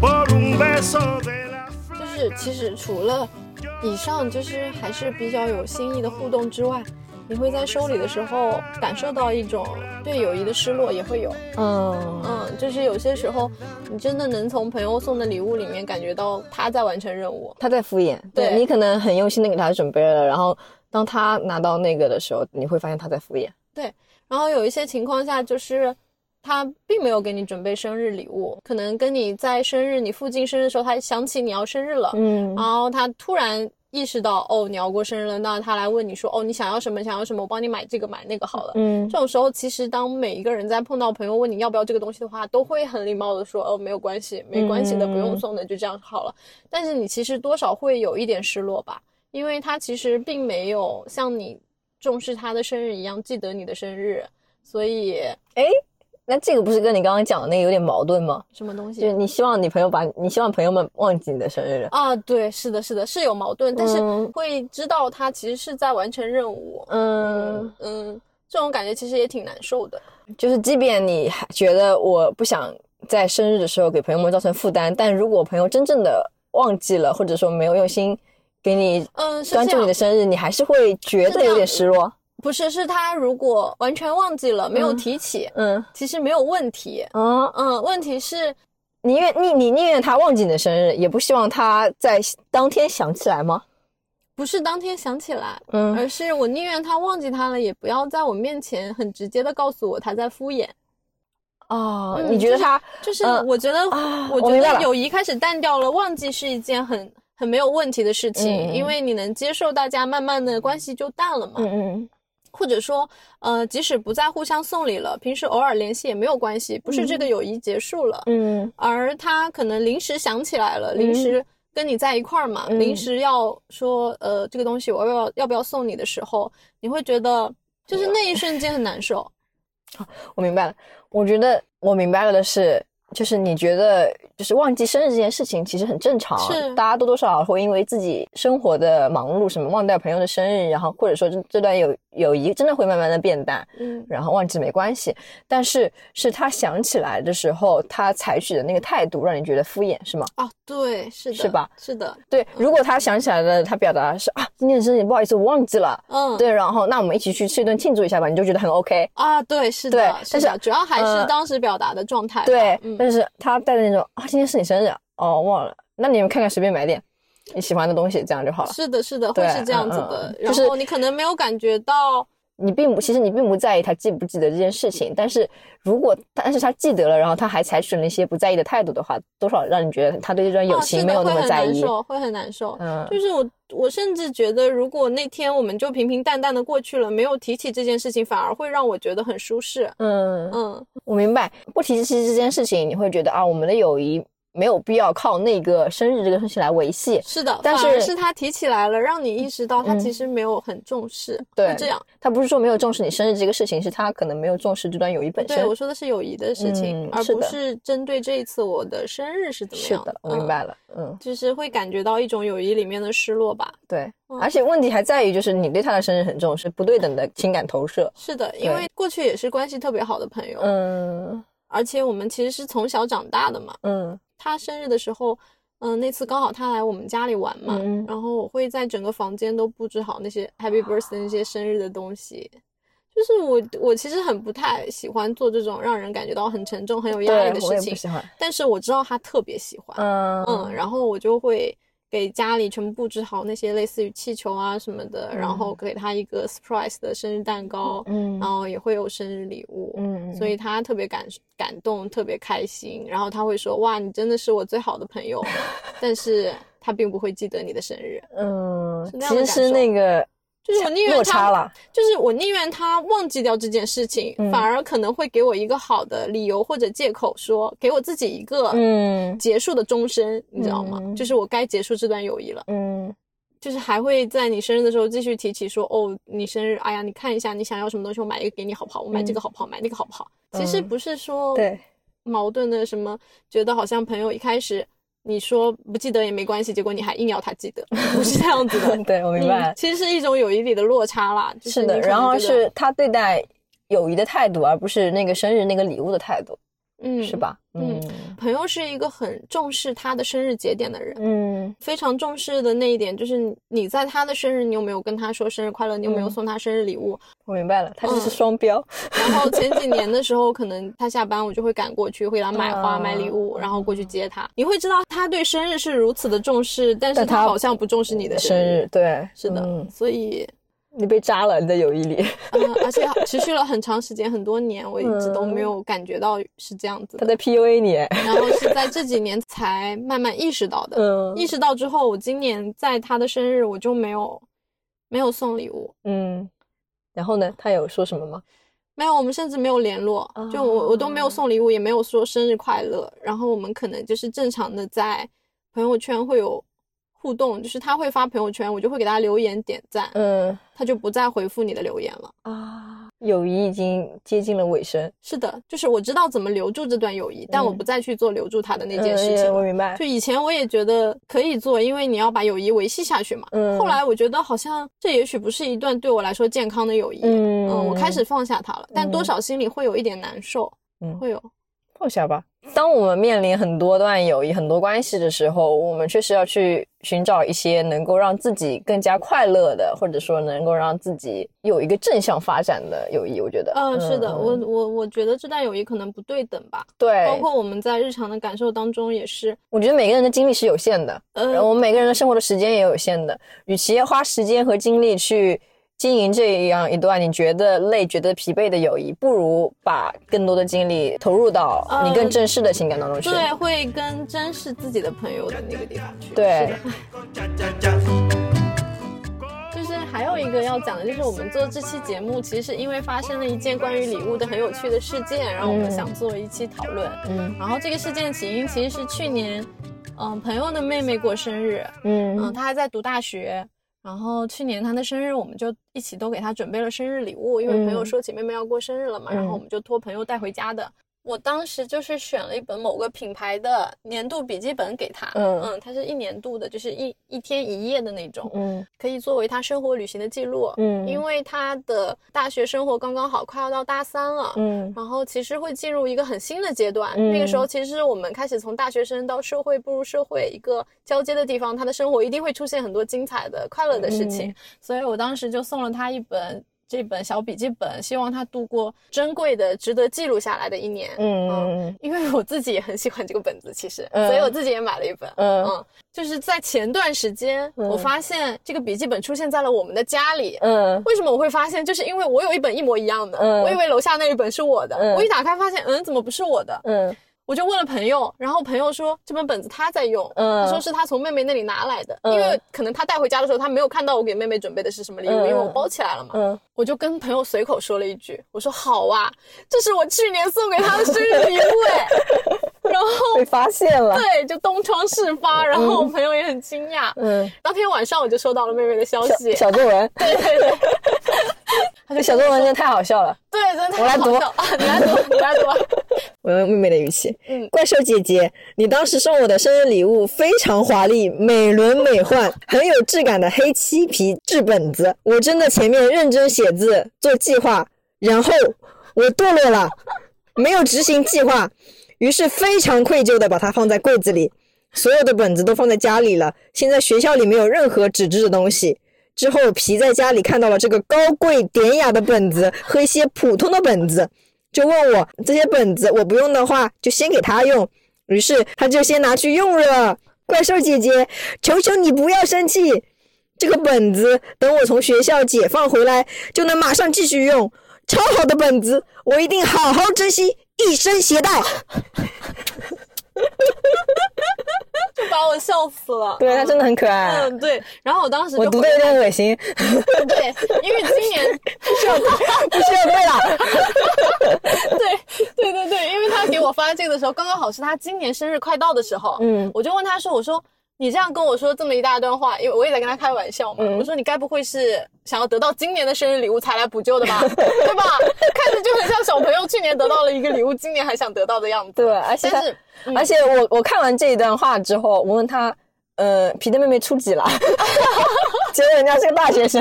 S3: por un beso de la
S2: 就是其实除了以上就是还是比较有新意的互动之外，你会在收礼的时候感受到一种对友谊的失落，也会有。
S1: 嗯
S2: 嗯，就是有些时候你真的能从朋友送的礼物里面感觉到他在完成任务。
S1: 他在敷衍，
S2: 对
S1: 你可能很用心的给他准备了，然后当他拿到那个的时候，你会发现他在敷衍，
S2: 然后有一些情况下就是。他并没有给你准备生日礼物，可能跟你在生日你附近生日的时候，他想起你要生日了，
S1: 嗯
S2: 然后他突然意识到哦你要过生日了，那他来问你说哦你想要什么想要什么，我帮你买这个买那个好了。
S1: 嗯
S2: 这种时候，其实当每一个人在碰到朋友问你要不要这个东西的话，都会很礼貌的说哦没有关系，没关系的，
S1: 嗯
S2: 不用送的，就这样好了。但是你其实多少会有一点失落吧，因为他其实并没有像你重视他的生日一样记得你的生日，所以
S1: 那这个不是跟你刚刚讲的那个有点矛盾吗？
S2: 什么东西
S1: 就是你希望你朋友把你希望朋友们忘记你的生日，
S2: 啊，对，是的，是的，是有矛盾，但是
S1: 嗯
S2: 会知道他其实是在完成任务。
S1: 嗯，
S2: 嗯，这种感觉其实也挺难受的。
S1: 就是即便你还觉得我不想在生日的时候给朋友们造成负担，但如果朋友真正的忘记了，或者说没有用心给你
S2: 嗯，是
S1: 关
S2: 这
S1: 注你
S2: 样
S1: 的生日，你还是会觉得有点失落。
S2: 不是，是他如果完全忘记了，没有
S1: 嗯
S2: 提起，
S1: 嗯
S2: 其实没有问题。
S1: 啊，
S2: 嗯，问题是，
S1: 你愿你你宁愿他忘记你的生日，也不希望他在当天想起来吗？
S2: 不是当天想起来，
S1: 嗯
S2: 而是我宁愿他忘记他了，也不要在我面前很直接的告诉我他在敷衍。
S1: 哦，
S2: 嗯
S1: 你觉得他
S2: 就是
S1: 呃
S2: 我觉得，
S1: 啊
S2: 我
S1: 我
S2: 觉
S1: 明白
S2: 得
S1: 了
S2: 友谊开始淡掉了，忘记是一件很很没有问题的事情，
S1: 嗯
S2: 因为你能接受大家慢慢的关系就淡了嘛。
S1: 嗯
S2: 或者说，呃，即使不再互相送礼了，平时偶尔联系也没有关系，不是这个友谊结束了，
S1: 嗯
S2: 而他可能临时想起来了，
S1: 嗯
S2: 临时跟你在一块儿嘛，
S1: 嗯
S2: 临时要说呃这个东西我要不要要不要送你的时候，你会觉得就是那一瞬间很 难受。
S1: 嗯，我明白了。我觉得我明白了的是。就是你觉得，就是忘记生日这件事情其实很正常，啊
S2: 是
S1: 大家多多少少会因为自己生活的忙碌，什么忘掉朋友的生日，然后或者说这这段友友谊真的会慢慢的变淡，
S2: 嗯
S1: 然后忘记没关系。但是是他想起来的时候，他采取的那个态度让你觉得敷衍，是吗？
S2: 啊，对，是的，
S1: 是吧？
S2: 是的，
S1: 对，如果他想起来了，他表达的是啊，今天的生日不好意思，我忘记了。
S2: 嗯，
S1: 对，然后那我们一起去吃一顿庆祝一下吧，你就觉得很 OK。
S2: 啊，对，是的，
S1: 对
S2: 是
S1: 但
S2: 的，
S1: 是
S2: 主要还是
S1: 呃
S2: 当时表达的状态吧。
S1: 对，
S2: 嗯，
S1: 但是他带着那种啊，今天是你生日啊哦，忘了，那你们看看随便买点你喜欢的东西，这样就好了。
S2: 是的，是的，会
S1: 对
S2: 是这样子
S1: 嗯
S2: 的
S1: 嗯。
S2: 然
S1: 就是
S2: 后你可能没有感觉到。
S1: 你并不，其实你并不在意他记不记得这件事情，但是如果但是他记得了，然后他还采取了一些不在意的态度的话，多少让你觉得他对这段友
S2: 啊，
S1: 情
S2: 是
S1: 没
S2: 的，
S1: 有
S2: 会
S1: 那么
S2: 很
S1: 在
S2: 难
S1: 意。
S2: 受，会很难受。
S1: 嗯
S2: 就是我，我甚至觉得，如果那天我们就平平淡淡的过去了，没有提起这件事情，反而会让我觉得很舒适。
S1: 嗯，
S2: 嗯，
S1: 我明白，不提及这件事情，你会觉得啊，我们的友谊没有必要靠那个生日这个东西来维系。
S2: 是的，
S1: 但
S2: 反而
S1: 是
S2: 是他提起来了，让你意识到他
S1: 嗯
S2: 其实没有很重视，
S1: 对
S2: 会这样。
S1: 他不是说没有重视你生日这个事情，是他可能没有重视这段友谊本身
S2: 对，。我说的是友谊的事情，
S1: 嗯
S2: 而
S1: 是
S2: 不
S1: 的
S2: 是针对这一次我的生日是怎么
S1: 是
S2: 样
S1: 的，我
S2: 嗯
S1: 明白了。嗯，
S2: 就是会感觉到一种友谊里面的失落吧。
S1: 对
S2: 嗯。
S1: 而且问题还在于，就是你对他的生日很重视，不对等的情感投射。
S2: 是的，因为过去也是关系特别好的朋友，
S1: 嗯
S2: 而且我们其实是从小长大的嘛。
S1: 嗯
S2: 他生日的时候，嗯、那次刚好他来我们家里玩嘛，
S1: 嗯嗯
S2: 然后我会在整个房间都布置好那些
S1: 啊
S2: Happy Birthday 那些生日的东西。就是我，我其实很不太喜欢做这种让人感觉到很沉重、很有压
S1: 对
S2: 力的，
S1: 我
S2: 事
S1: 也不
S2: 情，
S1: 喜欢。
S2: 但是我知道他特别喜欢，
S1: 嗯
S2: 嗯，然后我就会给家里全部布置好那些类似于气球啊什么的，然后给他一个 surprise 的生日蛋糕，
S1: 嗯
S2: 然后也会有生日礼物，
S1: 嗯，
S2: 哦所以他特别感感动，特别开心。然后他会说：“哇，你真的是我最好的朋友。”但是他并不会记得你的生日，
S1: 嗯
S2: 是，那样
S1: 其
S2: 的
S1: 实是那个
S2: 就是我宁愿
S1: 落
S2: 他
S1: 差了。
S2: 就是我宁愿他忘记掉这件事情，
S1: 嗯
S2: 反而可能会给我一个好的理由或者借口说，给我自己一个
S1: 嗯
S2: 结束的钟声，你知道吗？
S1: 嗯
S2: 就是我该结束这段友谊了。
S1: 嗯
S2: 就是还会在你生日的时候继续提起说，哦，你生日，哎呀，你看一下你想要什么东西，我买一个给你好不好？我买这个好不好？买那个好不好？其实
S1: 嗯
S2: 不是说
S1: 对。
S2: 矛盾的什么，觉得好像朋友一开始你说不记得也没关系，结果你还硬要他记得，不是这样子的
S1: 对，我 明白
S2: 嗯。其实是一种友谊里的落差啦，就是你
S1: 的，
S2: 可能
S1: 然后
S2: 觉得
S1: 是他对待友谊的态度，而不是那个生日那个礼物的态度，
S2: 嗯，
S1: 是？吧？
S2: 嗯朋友是一个很重视他的生日节点的人，
S1: 嗯
S2: 非常重视的那一点就是你在他的生日，你有没有跟他说生日快乐？你有没有
S1: 嗯
S2: 送他生日礼物？
S1: 我明白了，他就是
S2: 嗯
S1: 双标。
S2: 然后前几年的时候，可能他下班我就会赶过去，会给他买花、
S1: 嗯
S2: 买礼物，然后过去接他。你会知道他对生日是如此的重视，但是
S1: 但
S2: 他
S1: 他
S2: 好像不重视你的
S1: 生日，对，
S2: 是的，
S1: 嗯
S2: 所以，
S1: 你被扎了，你的友谊里，
S2: 嗯，而且持续了很长时间，很多年，我一直都
S1: 嗯
S2: 没有感觉到是这样子
S1: 他
S2: 的，
S1: 在 PUA 你。
S2: 然后是在这几年才慢慢意识到的。
S1: 嗯
S2: 意识到之后，我今年在他的生日，我就没有没有送礼物，
S1: 嗯，然后呢，他有说什么吗？
S2: 没有，我们甚至没有联络，就我我都
S1: 哦
S2: 没有送礼物，也没有说生日快乐。然后我们可能就是正常的在朋友圈会有互动，就是他会发朋友圈，我就会给他留言点赞，
S1: 嗯
S2: 他就不再回复你的留言了。
S1: 啊，友谊已经接近了尾声，
S2: 是的，就是我知道怎么留住这段友谊，但我
S1: 嗯
S2: 不再去做留住他的那
S1: 那
S2: 件事情
S1: 嗯我
S2: 了。
S1: 明白
S2: 就。以前我也觉得可以做，因为你要把友谊维系下去嘛。
S1: 嗯，
S2: 后来我觉得好像这也许不是一段对我来说健康的友谊。
S1: 嗯
S2: 我开始放下他了，但多
S1: 嗯
S2: 少心里会有一点难受，
S1: 嗯
S2: 会有。
S1: 放下吧。当我们面临很多段友谊、很多关系的时候，我们确实要去寻找一些能够让自己更加快乐的，或者说能够让自己有一个正向发展的友谊。我觉得，
S2: 嗯，是的，我
S1: 嗯
S2: 我我觉得这段友谊可能不对等吧，包
S1: 对，
S2: 括我们在日常的感受当中也是，
S1: 我觉得每个人的精力是有限的，然后
S2: 呃，
S1: 我们每个人的生活的时间也有限的，与其花时间和精力去经营这样一段你觉得累、觉得疲惫的友谊，不如把更多的精力投入到你更
S2: 嗯
S1: 正式的情感当中去。
S2: 对，会跟珍视自己的朋友的那个地方去。
S1: 对
S2: 是的，就是还有一个要讲的，就是我们做这期节目，其实是因为发生了一件关于礼物的很有趣的事件，然后我们
S1: 嗯
S2: 想做一期讨论。
S1: 嗯
S2: 然后这个事件的起因其实是去年，嗯、朋友的妹妹过生日，嗯，
S1: 嗯
S2: 他还在读大学。然后去年他的生日，我们就一起都给他准备了生日礼物，因为朋友
S1: 嗯
S2: 说起妹妹要过生日了嘛，然后我
S1: 嗯
S2: 们就托朋友带回家的。我当时就是选了一本某个品牌的年度笔记本给他，
S1: 嗯
S2: 嗯，它是一年度的，就是一一天一夜的那种，
S1: 嗯
S2: 可以作为他生活旅行的记录。
S1: 嗯
S2: 因为他的大学生活刚刚好，快要到大三了，
S1: 嗯
S2: 然后其实会进入一个很新的阶段。
S1: 嗯
S2: 那个时候，其实是我们开始从大学生到社会步入社会一个交接的地方，他的生活一定会出现很多精彩的、快乐的事情。
S1: 嗯
S2: 所以我当时就送了他一本这本小笔记本，希望他度过珍贵的、值得记录下来的一年。
S1: 嗯
S2: 因为我自己也很喜欢这个本子，其实，
S1: 嗯
S2: 所以我自己也买了一本。
S1: 嗯
S2: 嗯，就是在前段时间，
S1: 嗯
S2: 我发现这个笔记本出现在了我们的家里。
S1: 嗯
S2: 为什么我会发现？就是因为我有一本一模一样的，
S1: 嗯
S2: 我以为楼下那一本是我的，
S1: 嗯
S2: 我一打开发现，嗯，怎么不是我的？
S1: 嗯
S2: 我就问了朋友，然后朋友说这本本子他在用，
S1: 嗯
S2: 他说是他从妹妹那里拿来的，
S1: 嗯
S2: 因为可能他带回家的时候他没有看到我给妹妹准备的是什么礼物，
S1: 嗯
S2: 因为我包起来了嘛。
S1: 嗯，
S2: 我就跟朋友随口说了一句，我说好啊，这是我去年送给他的生日礼物哎。 然后
S5: 被发现了。
S2: 对，就东窗事发，然后我朋友也很惊讶。
S5: 嗯，
S2: 当天晚上我就收到了妹妹的消息，
S5: 小作文，
S2: 对对对，他就
S5: 这小作文真的太好笑了。
S2: 对，真的
S5: 我来
S2: 太好
S5: 读
S2: 笑啊！你来读，你来读。
S1: 我用妹妹的语气，
S2: 嗯
S1: 怪兽姐姐，你当时送我的生日礼物非常华丽，美轮美奂，很有质感的黑漆皮质本子，我真的前面认真写字做计划，然后我堕落了，没有执行计划，于是非常愧疚的把它放在柜子里，所有的本子都放在家里了，现在学校里没有任何纸质的东西。之后，皮在家里看到了这个高贵典雅的本子和一些普通的本子，就问我这些本子我不用的话，就先给他用。于是他就先拿去用了。怪兽姐姐，求求你不要生气，这个本子等我从学校解放回来，就能马上继续用。超好的本子，我一定好好珍惜，一生携带。
S2: 就把我笑死了。
S5: 对，他真的很可爱。
S2: 嗯，对。然后我当时就
S5: 我读的有点恶心，
S2: 对，因为今年
S5: 不是对了。
S2: 对对对对，因为他给我发这个的时候，刚刚好是他今年生日快到的时候，
S5: 嗯，
S2: 我就问他说：“我说你这样跟我说这么一大段话，因为我也在跟他开玩笑嘛，
S5: 嗯
S2: 我说你该不会是想要得到今年的生日礼物才来补救的吧？对吧？ 看着就很像小朋友去年得到了一个礼物，今年还想得到的样子。
S5: 对，而且他
S2: 但是，
S1: 嗯
S5: 而且我我看完这一段话之后，我问他，呃，皮特妹妹初几了？ 结果人家是个大学生。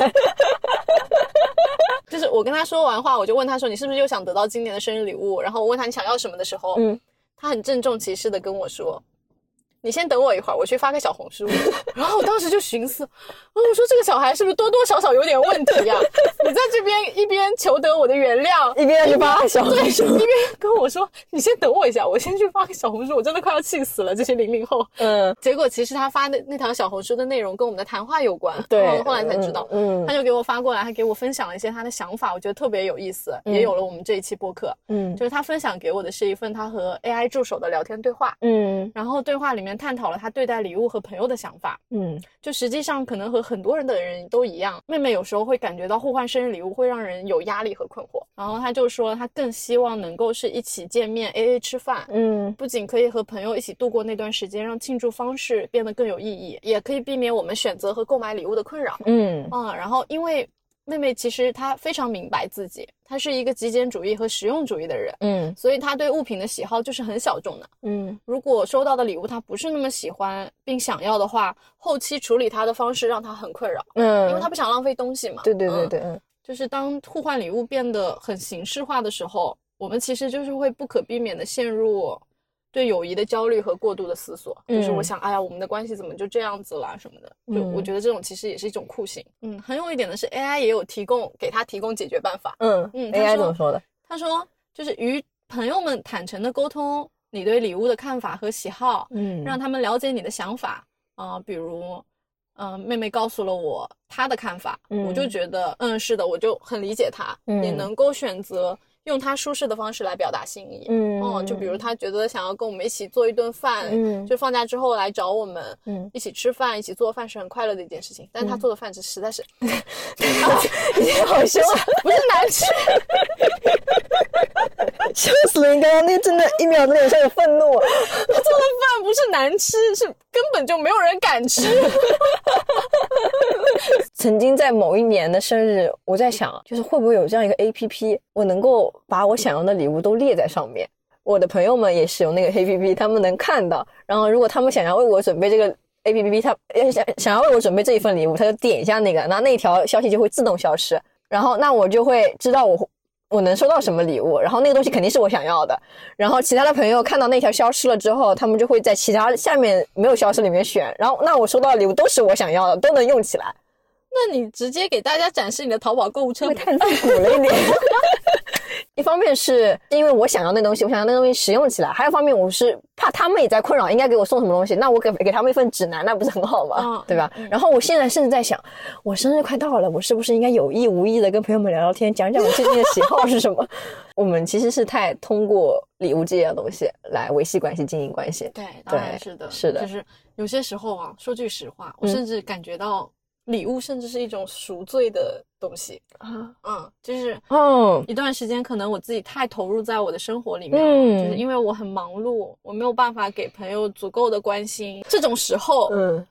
S2: 就是我跟他说完话，我就问他说：“你是不是又想得到今年的生日礼物？”然后我问他你想要什么的时候，
S5: 嗯
S2: 他很郑重其事的跟我说：“你先等我一会儿，我去发个小红书。” 然后我当时就寻思，哦我说这个小孩是不是多多少少有点问题呀、 你在这边一边求得我的原 谅，
S5: 一边要去发小红
S2: 对，
S5: 书
S2: 一边跟我说你先等我一下，我先去发个小红书，我真的快要气死了这些零零后。
S5: 嗯，
S2: 结果其实他发那那条小红书的内容跟我们的谈话有关，
S5: 对
S2: 然后后来才知道，
S5: 嗯嗯
S2: 他就给我发过来，还给我分享了一些他的想法，我觉得特别有意思，也有了我们这一期播客。
S5: 嗯
S2: 就是他分享给我的是一份他和 AI 助手的聊天对话，
S5: 嗯
S2: 然后对话里面探讨了他对待礼物和朋友的想法。
S5: 嗯，
S2: 就实际上可能和很多人的人都一样，妹妹有时候会感觉到互换生日礼物会让人有压力和困惑。然后她就说，她更希望能够是一起见面，A A 吃饭。
S5: 嗯
S2: 不仅可以和朋友一起度过那段时间，让庆祝方式变得更有意义，也可以避免我们选择和购买礼物的困扰。
S5: 嗯
S2: 嗯，然后因为妹妹其实她非常明白自己，她是一个极简主义和实用主义的人，
S5: 嗯
S2: 所以她对物品的喜好就是很小众的。
S5: 嗯
S2: 如果收到的礼物她不是那么喜欢并想要的话，后期处理它的方式让她很困扰，因为她
S5: 嗯，
S2: 不想浪费东西嘛。
S5: 对对对
S2: 嗯
S5: 对，嗯
S2: 就是当互换礼物变得很形式化的时候，我们其实就是会不可避免的陷入对友谊的焦虑和过度的思索。就是我
S5: 嗯
S2: 想，哎呀，我们的关系怎么就这样子啦什么的。就我
S5: 嗯
S2: 觉得这种其实也是一种酷刑。嗯，很有一点的是 AI 也有提供给他提供解决办法。
S5: 嗯
S2: 嗯他
S5: ，AI
S2: 说
S5: 怎么说的？
S2: 他说，就是与朋友们坦诚的沟通你对礼物的看法和喜好，
S5: 嗯
S2: 让他们了解你的想法啊、比如，嗯、妹妹告诉了我她的看法，我就
S5: 嗯
S2: 觉得，嗯，是的，我就很理解她，也
S5: 嗯
S2: 能够选择用她舒适的方式来表达心意。
S5: 嗯
S2: 哦就比如她觉得想要跟我们一起做一顿饭，
S5: 嗯
S2: 就放假之后来找我们，
S5: 嗯
S2: 一起吃饭，一起做饭是很快乐的一件事情。但是她做的饭是 实在是，
S5: 好凶啊，
S2: 不是难吃，
S5: 笑死了！你刚刚那个真的，一秒钟脸上有愤怒。
S2: 她做的饭不是难吃，是根本就没有人敢吃。
S5: 曾经在某一年的生日，我在想，就是会不会有这样一个 A P P，我能够把我想要的礼物都列在上面。我的朋友们也使用那个 A P P，他们能看到。然后，如果他们想要为我准备这个 A P P，他呃想想要为我准备这一份礼物，他就点一下那个，那那条消息就会自动消失。然后，那我就会知道我我能收到什么礼物，然后那个东西肯定是我想要的。然后其他的朋友看到那条消失了之后，他们就会在其他下面没有消失里面选。然后，那我收到的礼物都是我想要的，都能用起来。
S2: 那你直接给大家展示你的淘宝购物车
S5: 会
S2: 吧
S5: 太露骨了一点。 一方面是因为我想要那东西，我想要那东西实用起来；，还有一方面我是怕他们也在困扰，应该给我送什么东西，那我给给他们一份指南，那不是很好吗？
S2: 嗯
S5: 对吧？然后我现在甚至在想，我生日快到了，我是不是应该有意无意的跟朋友们聊聊天，讲讲我最近的喜好是什么？ 我们其实是太通过礼物这样东西来维系关系、经营关系。
S2: 对，当然是的，
S5: 是的
S2: 就是有些时候啊，说句实话，
S5: 嗯
S2: 我甚至感觉到礼物甚至是一种赎罪的东西。
S5: 啊，
S2: 嗯，就是
S1: 哦，
S2: 一段时间，可能我自己太投入在我的生活里面了，
S1: 嗯
S2: 就是因为我很忙碌，我没有办法给朋友足够的关心。这种时候，
S1: 嗯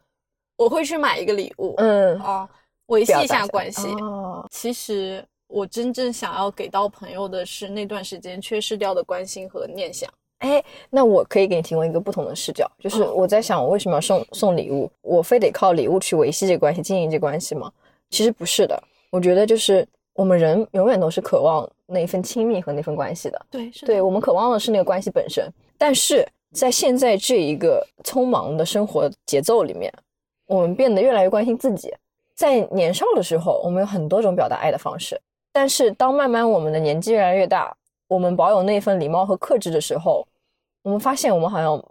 S2: 我会去买一个礼物，
S1: 嗯，
S2: 啊，维系
S1: 表达
S2: 一下关系。
S1: 哦，
S2: 其实我真正想要给到朋友的是那段时间缺失掉的关心和念想。
S5: 哎，
S1: 那我可以给你提供一个不同的视角，就是
S2: 嗯
S1: 我在想，我为什么要送送礼物？我非得靠礼物去维系这个关系、经营这个关系吗？其实不是的，我觉得就是我们人永远都是渴望那一份亲密和那份关系的。
S2: 对，是
S1: 对我们渴望的是那个关系本身，但是在现在这一个匆忙的生活节奏里面，我们变得越来越关心自己。在年少的时候，我们有很多种表达爱的方式，但是当慢慢我们的年纪越来越大，我们保有那份礼貌和克制的时候，我们发现我们好像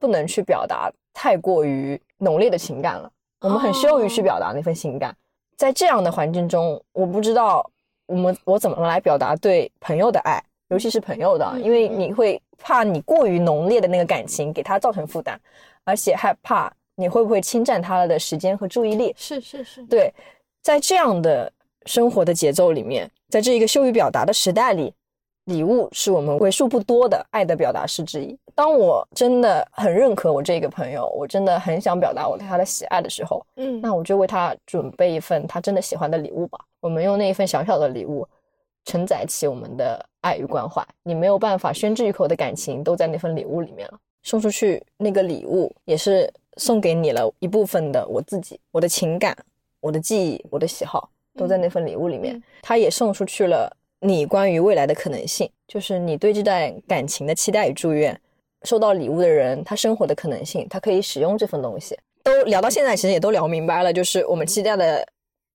S1: 不能去表达太过于浓烈的情感了，我们很羞于去
S2: 哦
S1: 表达那份情感。在这样的环境中，我不知道我们我怎么来表达对朋友的爱，尤其是朋友的，啊
S2: 嗯
S1: 因为你会怕你过于浓烈的那个感情给他造成负担，而且害怕你会不会侵占他的时间和注意力。
S2: 是是是，
S1: 对，在这样的生活的节奏里面，在这一个羞于表达的时代里，礼物是我们为数不多的爱的表达式之一。当我真的很认可我这个朋友，我真的很想表达我对他的喜爱的时候，
S2: 嗯，
S1: 那我就为他准备一份他真的喜欢的礼物吧。我们用那一份小小的礼物，承载起我们的爱与关怀。你没有办法宣之于口的感情，都在那份礼物里面了。送出去那个礼物，也是送给你了一部分的我自己，我的情感、我的记忆、我的喜好，都在那份礼物里面。
S2: 嗯
S1: 他也送出去了你关于未来的可能性，就是你对这段感情的期待与祝愿。收到礼物的人，他生活的可能性，他可以使用这份东西。都聊到现在，其实也都聊明白了，就是我们期待的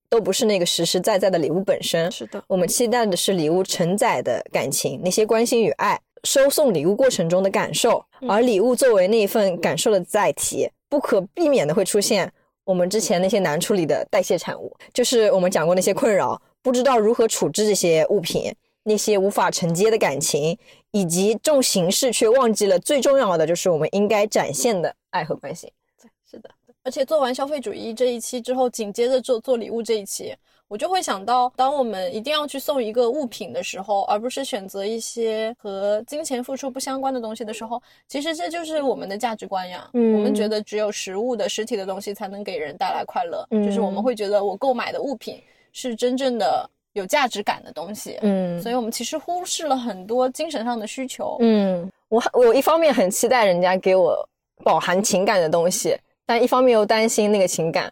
S1: 都不是那个实实在在的礼物本身，
S2: 是的，
S1: 我们期待的是礼物承载的感情，那些关心与爱，收送礼物过程中的感受，
S2: 嗯
S1: 而礼物作为那一份感受的载体，不可避免的会出现我们之前那些难处理的代谢产物，就是我们讲过那些困扰，不知道如何处置这些物品，那些无法承接的感情，以及重形式却忘记了最重要的就是我们应该展现的爱和关心。
S2: 对是的。而且做完消费主义这一期之后，紧接着做做礼物这一期，我就会想到，当我们一定要去送一个物品的时候，而不是选择一些和金钱付出不相关的东西的时候，其实这就是我们的价值观呀。
S1: 嗯
S2: 我们觉得只有实物的实体的东西才能给人带来快乐，
S1: 嗯
S2: 就是我们会觉得我购买的物品是真正的有价值感的东西。
S1: 嗯
S2: 所以我们其实忽视了很多精神上的需求。
S1: 嗯，我我一方面很期待人家给我饱含情感的东西，但一方面又担心那个情感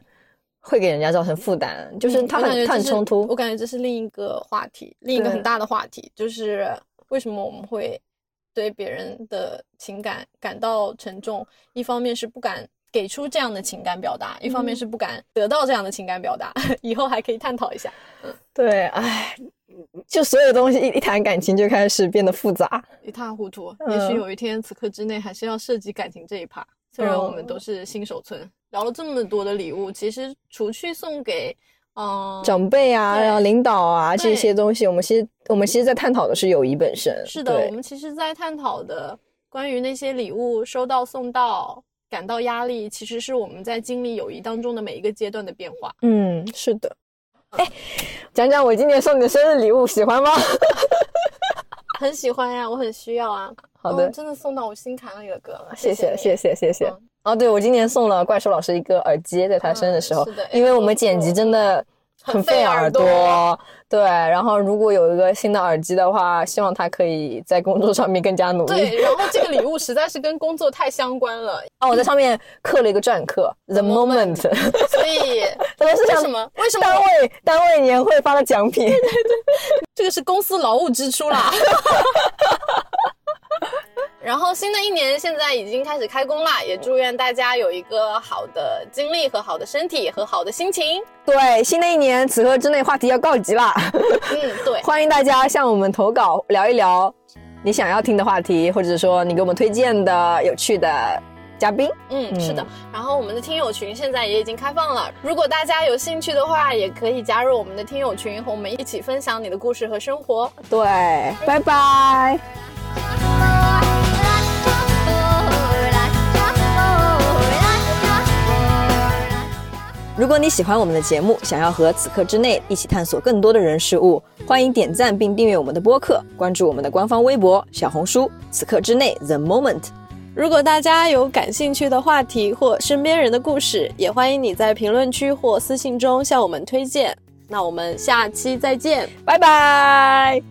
S1: 会给人家造成负担，就是
S2: 嗯
S1: 他
S2: 我感觉
S1: 很他
S2: 这
S1: 很
S2: 是
S1: 冲
S2: 我
S1: 突。
S2: 感觉这是另一个话题，另一个
S1: 对
S2: 很大的话题，就是为什么我们会对别人的情感感到沉重？一方面是不敢给出这样的情感表达，一
S1: 嗯
S2: 方面是不敢得到这样的情感表达。 以后还可以探讨一下。
S1: 对，唉，就所有东西一一谈感情就开始变得复杂。
S2: 一塌糊涂。
S1: 嗯
S2: 也许有一天，此刻之内还是要涉及感情这一趴。虽然我们
S1: 嗯
S2: 都是新手村，聊了这么多的礼物，其实除去送给，嗯、
S1: 长辈啊，
S2: 对
S1: 然后领导啊
S2: 对
S1: 这些东西，我们其实我们其实在探讨的是友谊本身。
S2: 是的，我
S1: 对，
S2: 们其实，在探讨的关于那些礼物收到、送到、感到压力，其实是我们在经历友谊当中的每一个阶段的变化。
S1: 嗯，是的。哎，讲讲我今年送你的生日礼物，喜欢吗？
S2: 很喜欢呀、我很需要啊。
S1: 好的
S2: 哦真的送到我心坎里了，哥，
S1: 谢谢，
S2: 你
S1: 谢。谢，谢谢。
S2: 嗯
S1: 哦，对，我今年送了怪兽老师一个耳机，在他生日的时候，
S2: 嗯是的
S1: 因为我们剪辑真的很费耳
S2: 很费耳
S1: 对，然后如果有一个新的耳机的话，希望他可以在工作上面更加努力。
S2: 对，然后这个礼物实在是跟工作太相关了，
S1: 哦，我在上面刻了一个篆 刻，The Moment，
S2: moment 所以
S1: 真的是
S2: 为
S1: 像
S2: 什么？为什么
S1: 单位单位年会发的奖 品。
S2: 这个是公司劳务支出啦。 然后新的一年现在已经开始开工啦，也祝愿大家有一个好的精力和好的身体和好的心情。
S1: 对，新的一年此刻之内话题要告急啦，
S2: 嗯，对，
S1: 欢迎大家向我们投稿，聊一聊你想要听的话题，或者说你给我们推荐的有趣的嘉宾。
S2: 嗯，
S1: 嗯
S2: 是的。然后我们的听友群现在也已经开放了，如果大家有兴趣的话，也可以加入我们的听友群，和我们一起分享你的故事和生活。
S1: 对，拜拜。
S6: ラッチャッポーラッチャッポーラッチャッポー
S1: 如果你喜欢我们的节目，想要和此刻之内一起探索更多的人事物，欢迎点赞并订阅我们的播客，关注我们的官方微博、小红书“此刻之内 The Moment”。
S2: 如果大家有感兴趣的话题或身边人的故事，也欢迎你在评论区或私信中向我们推荐。那我们下期再见。
S1: 拜拜。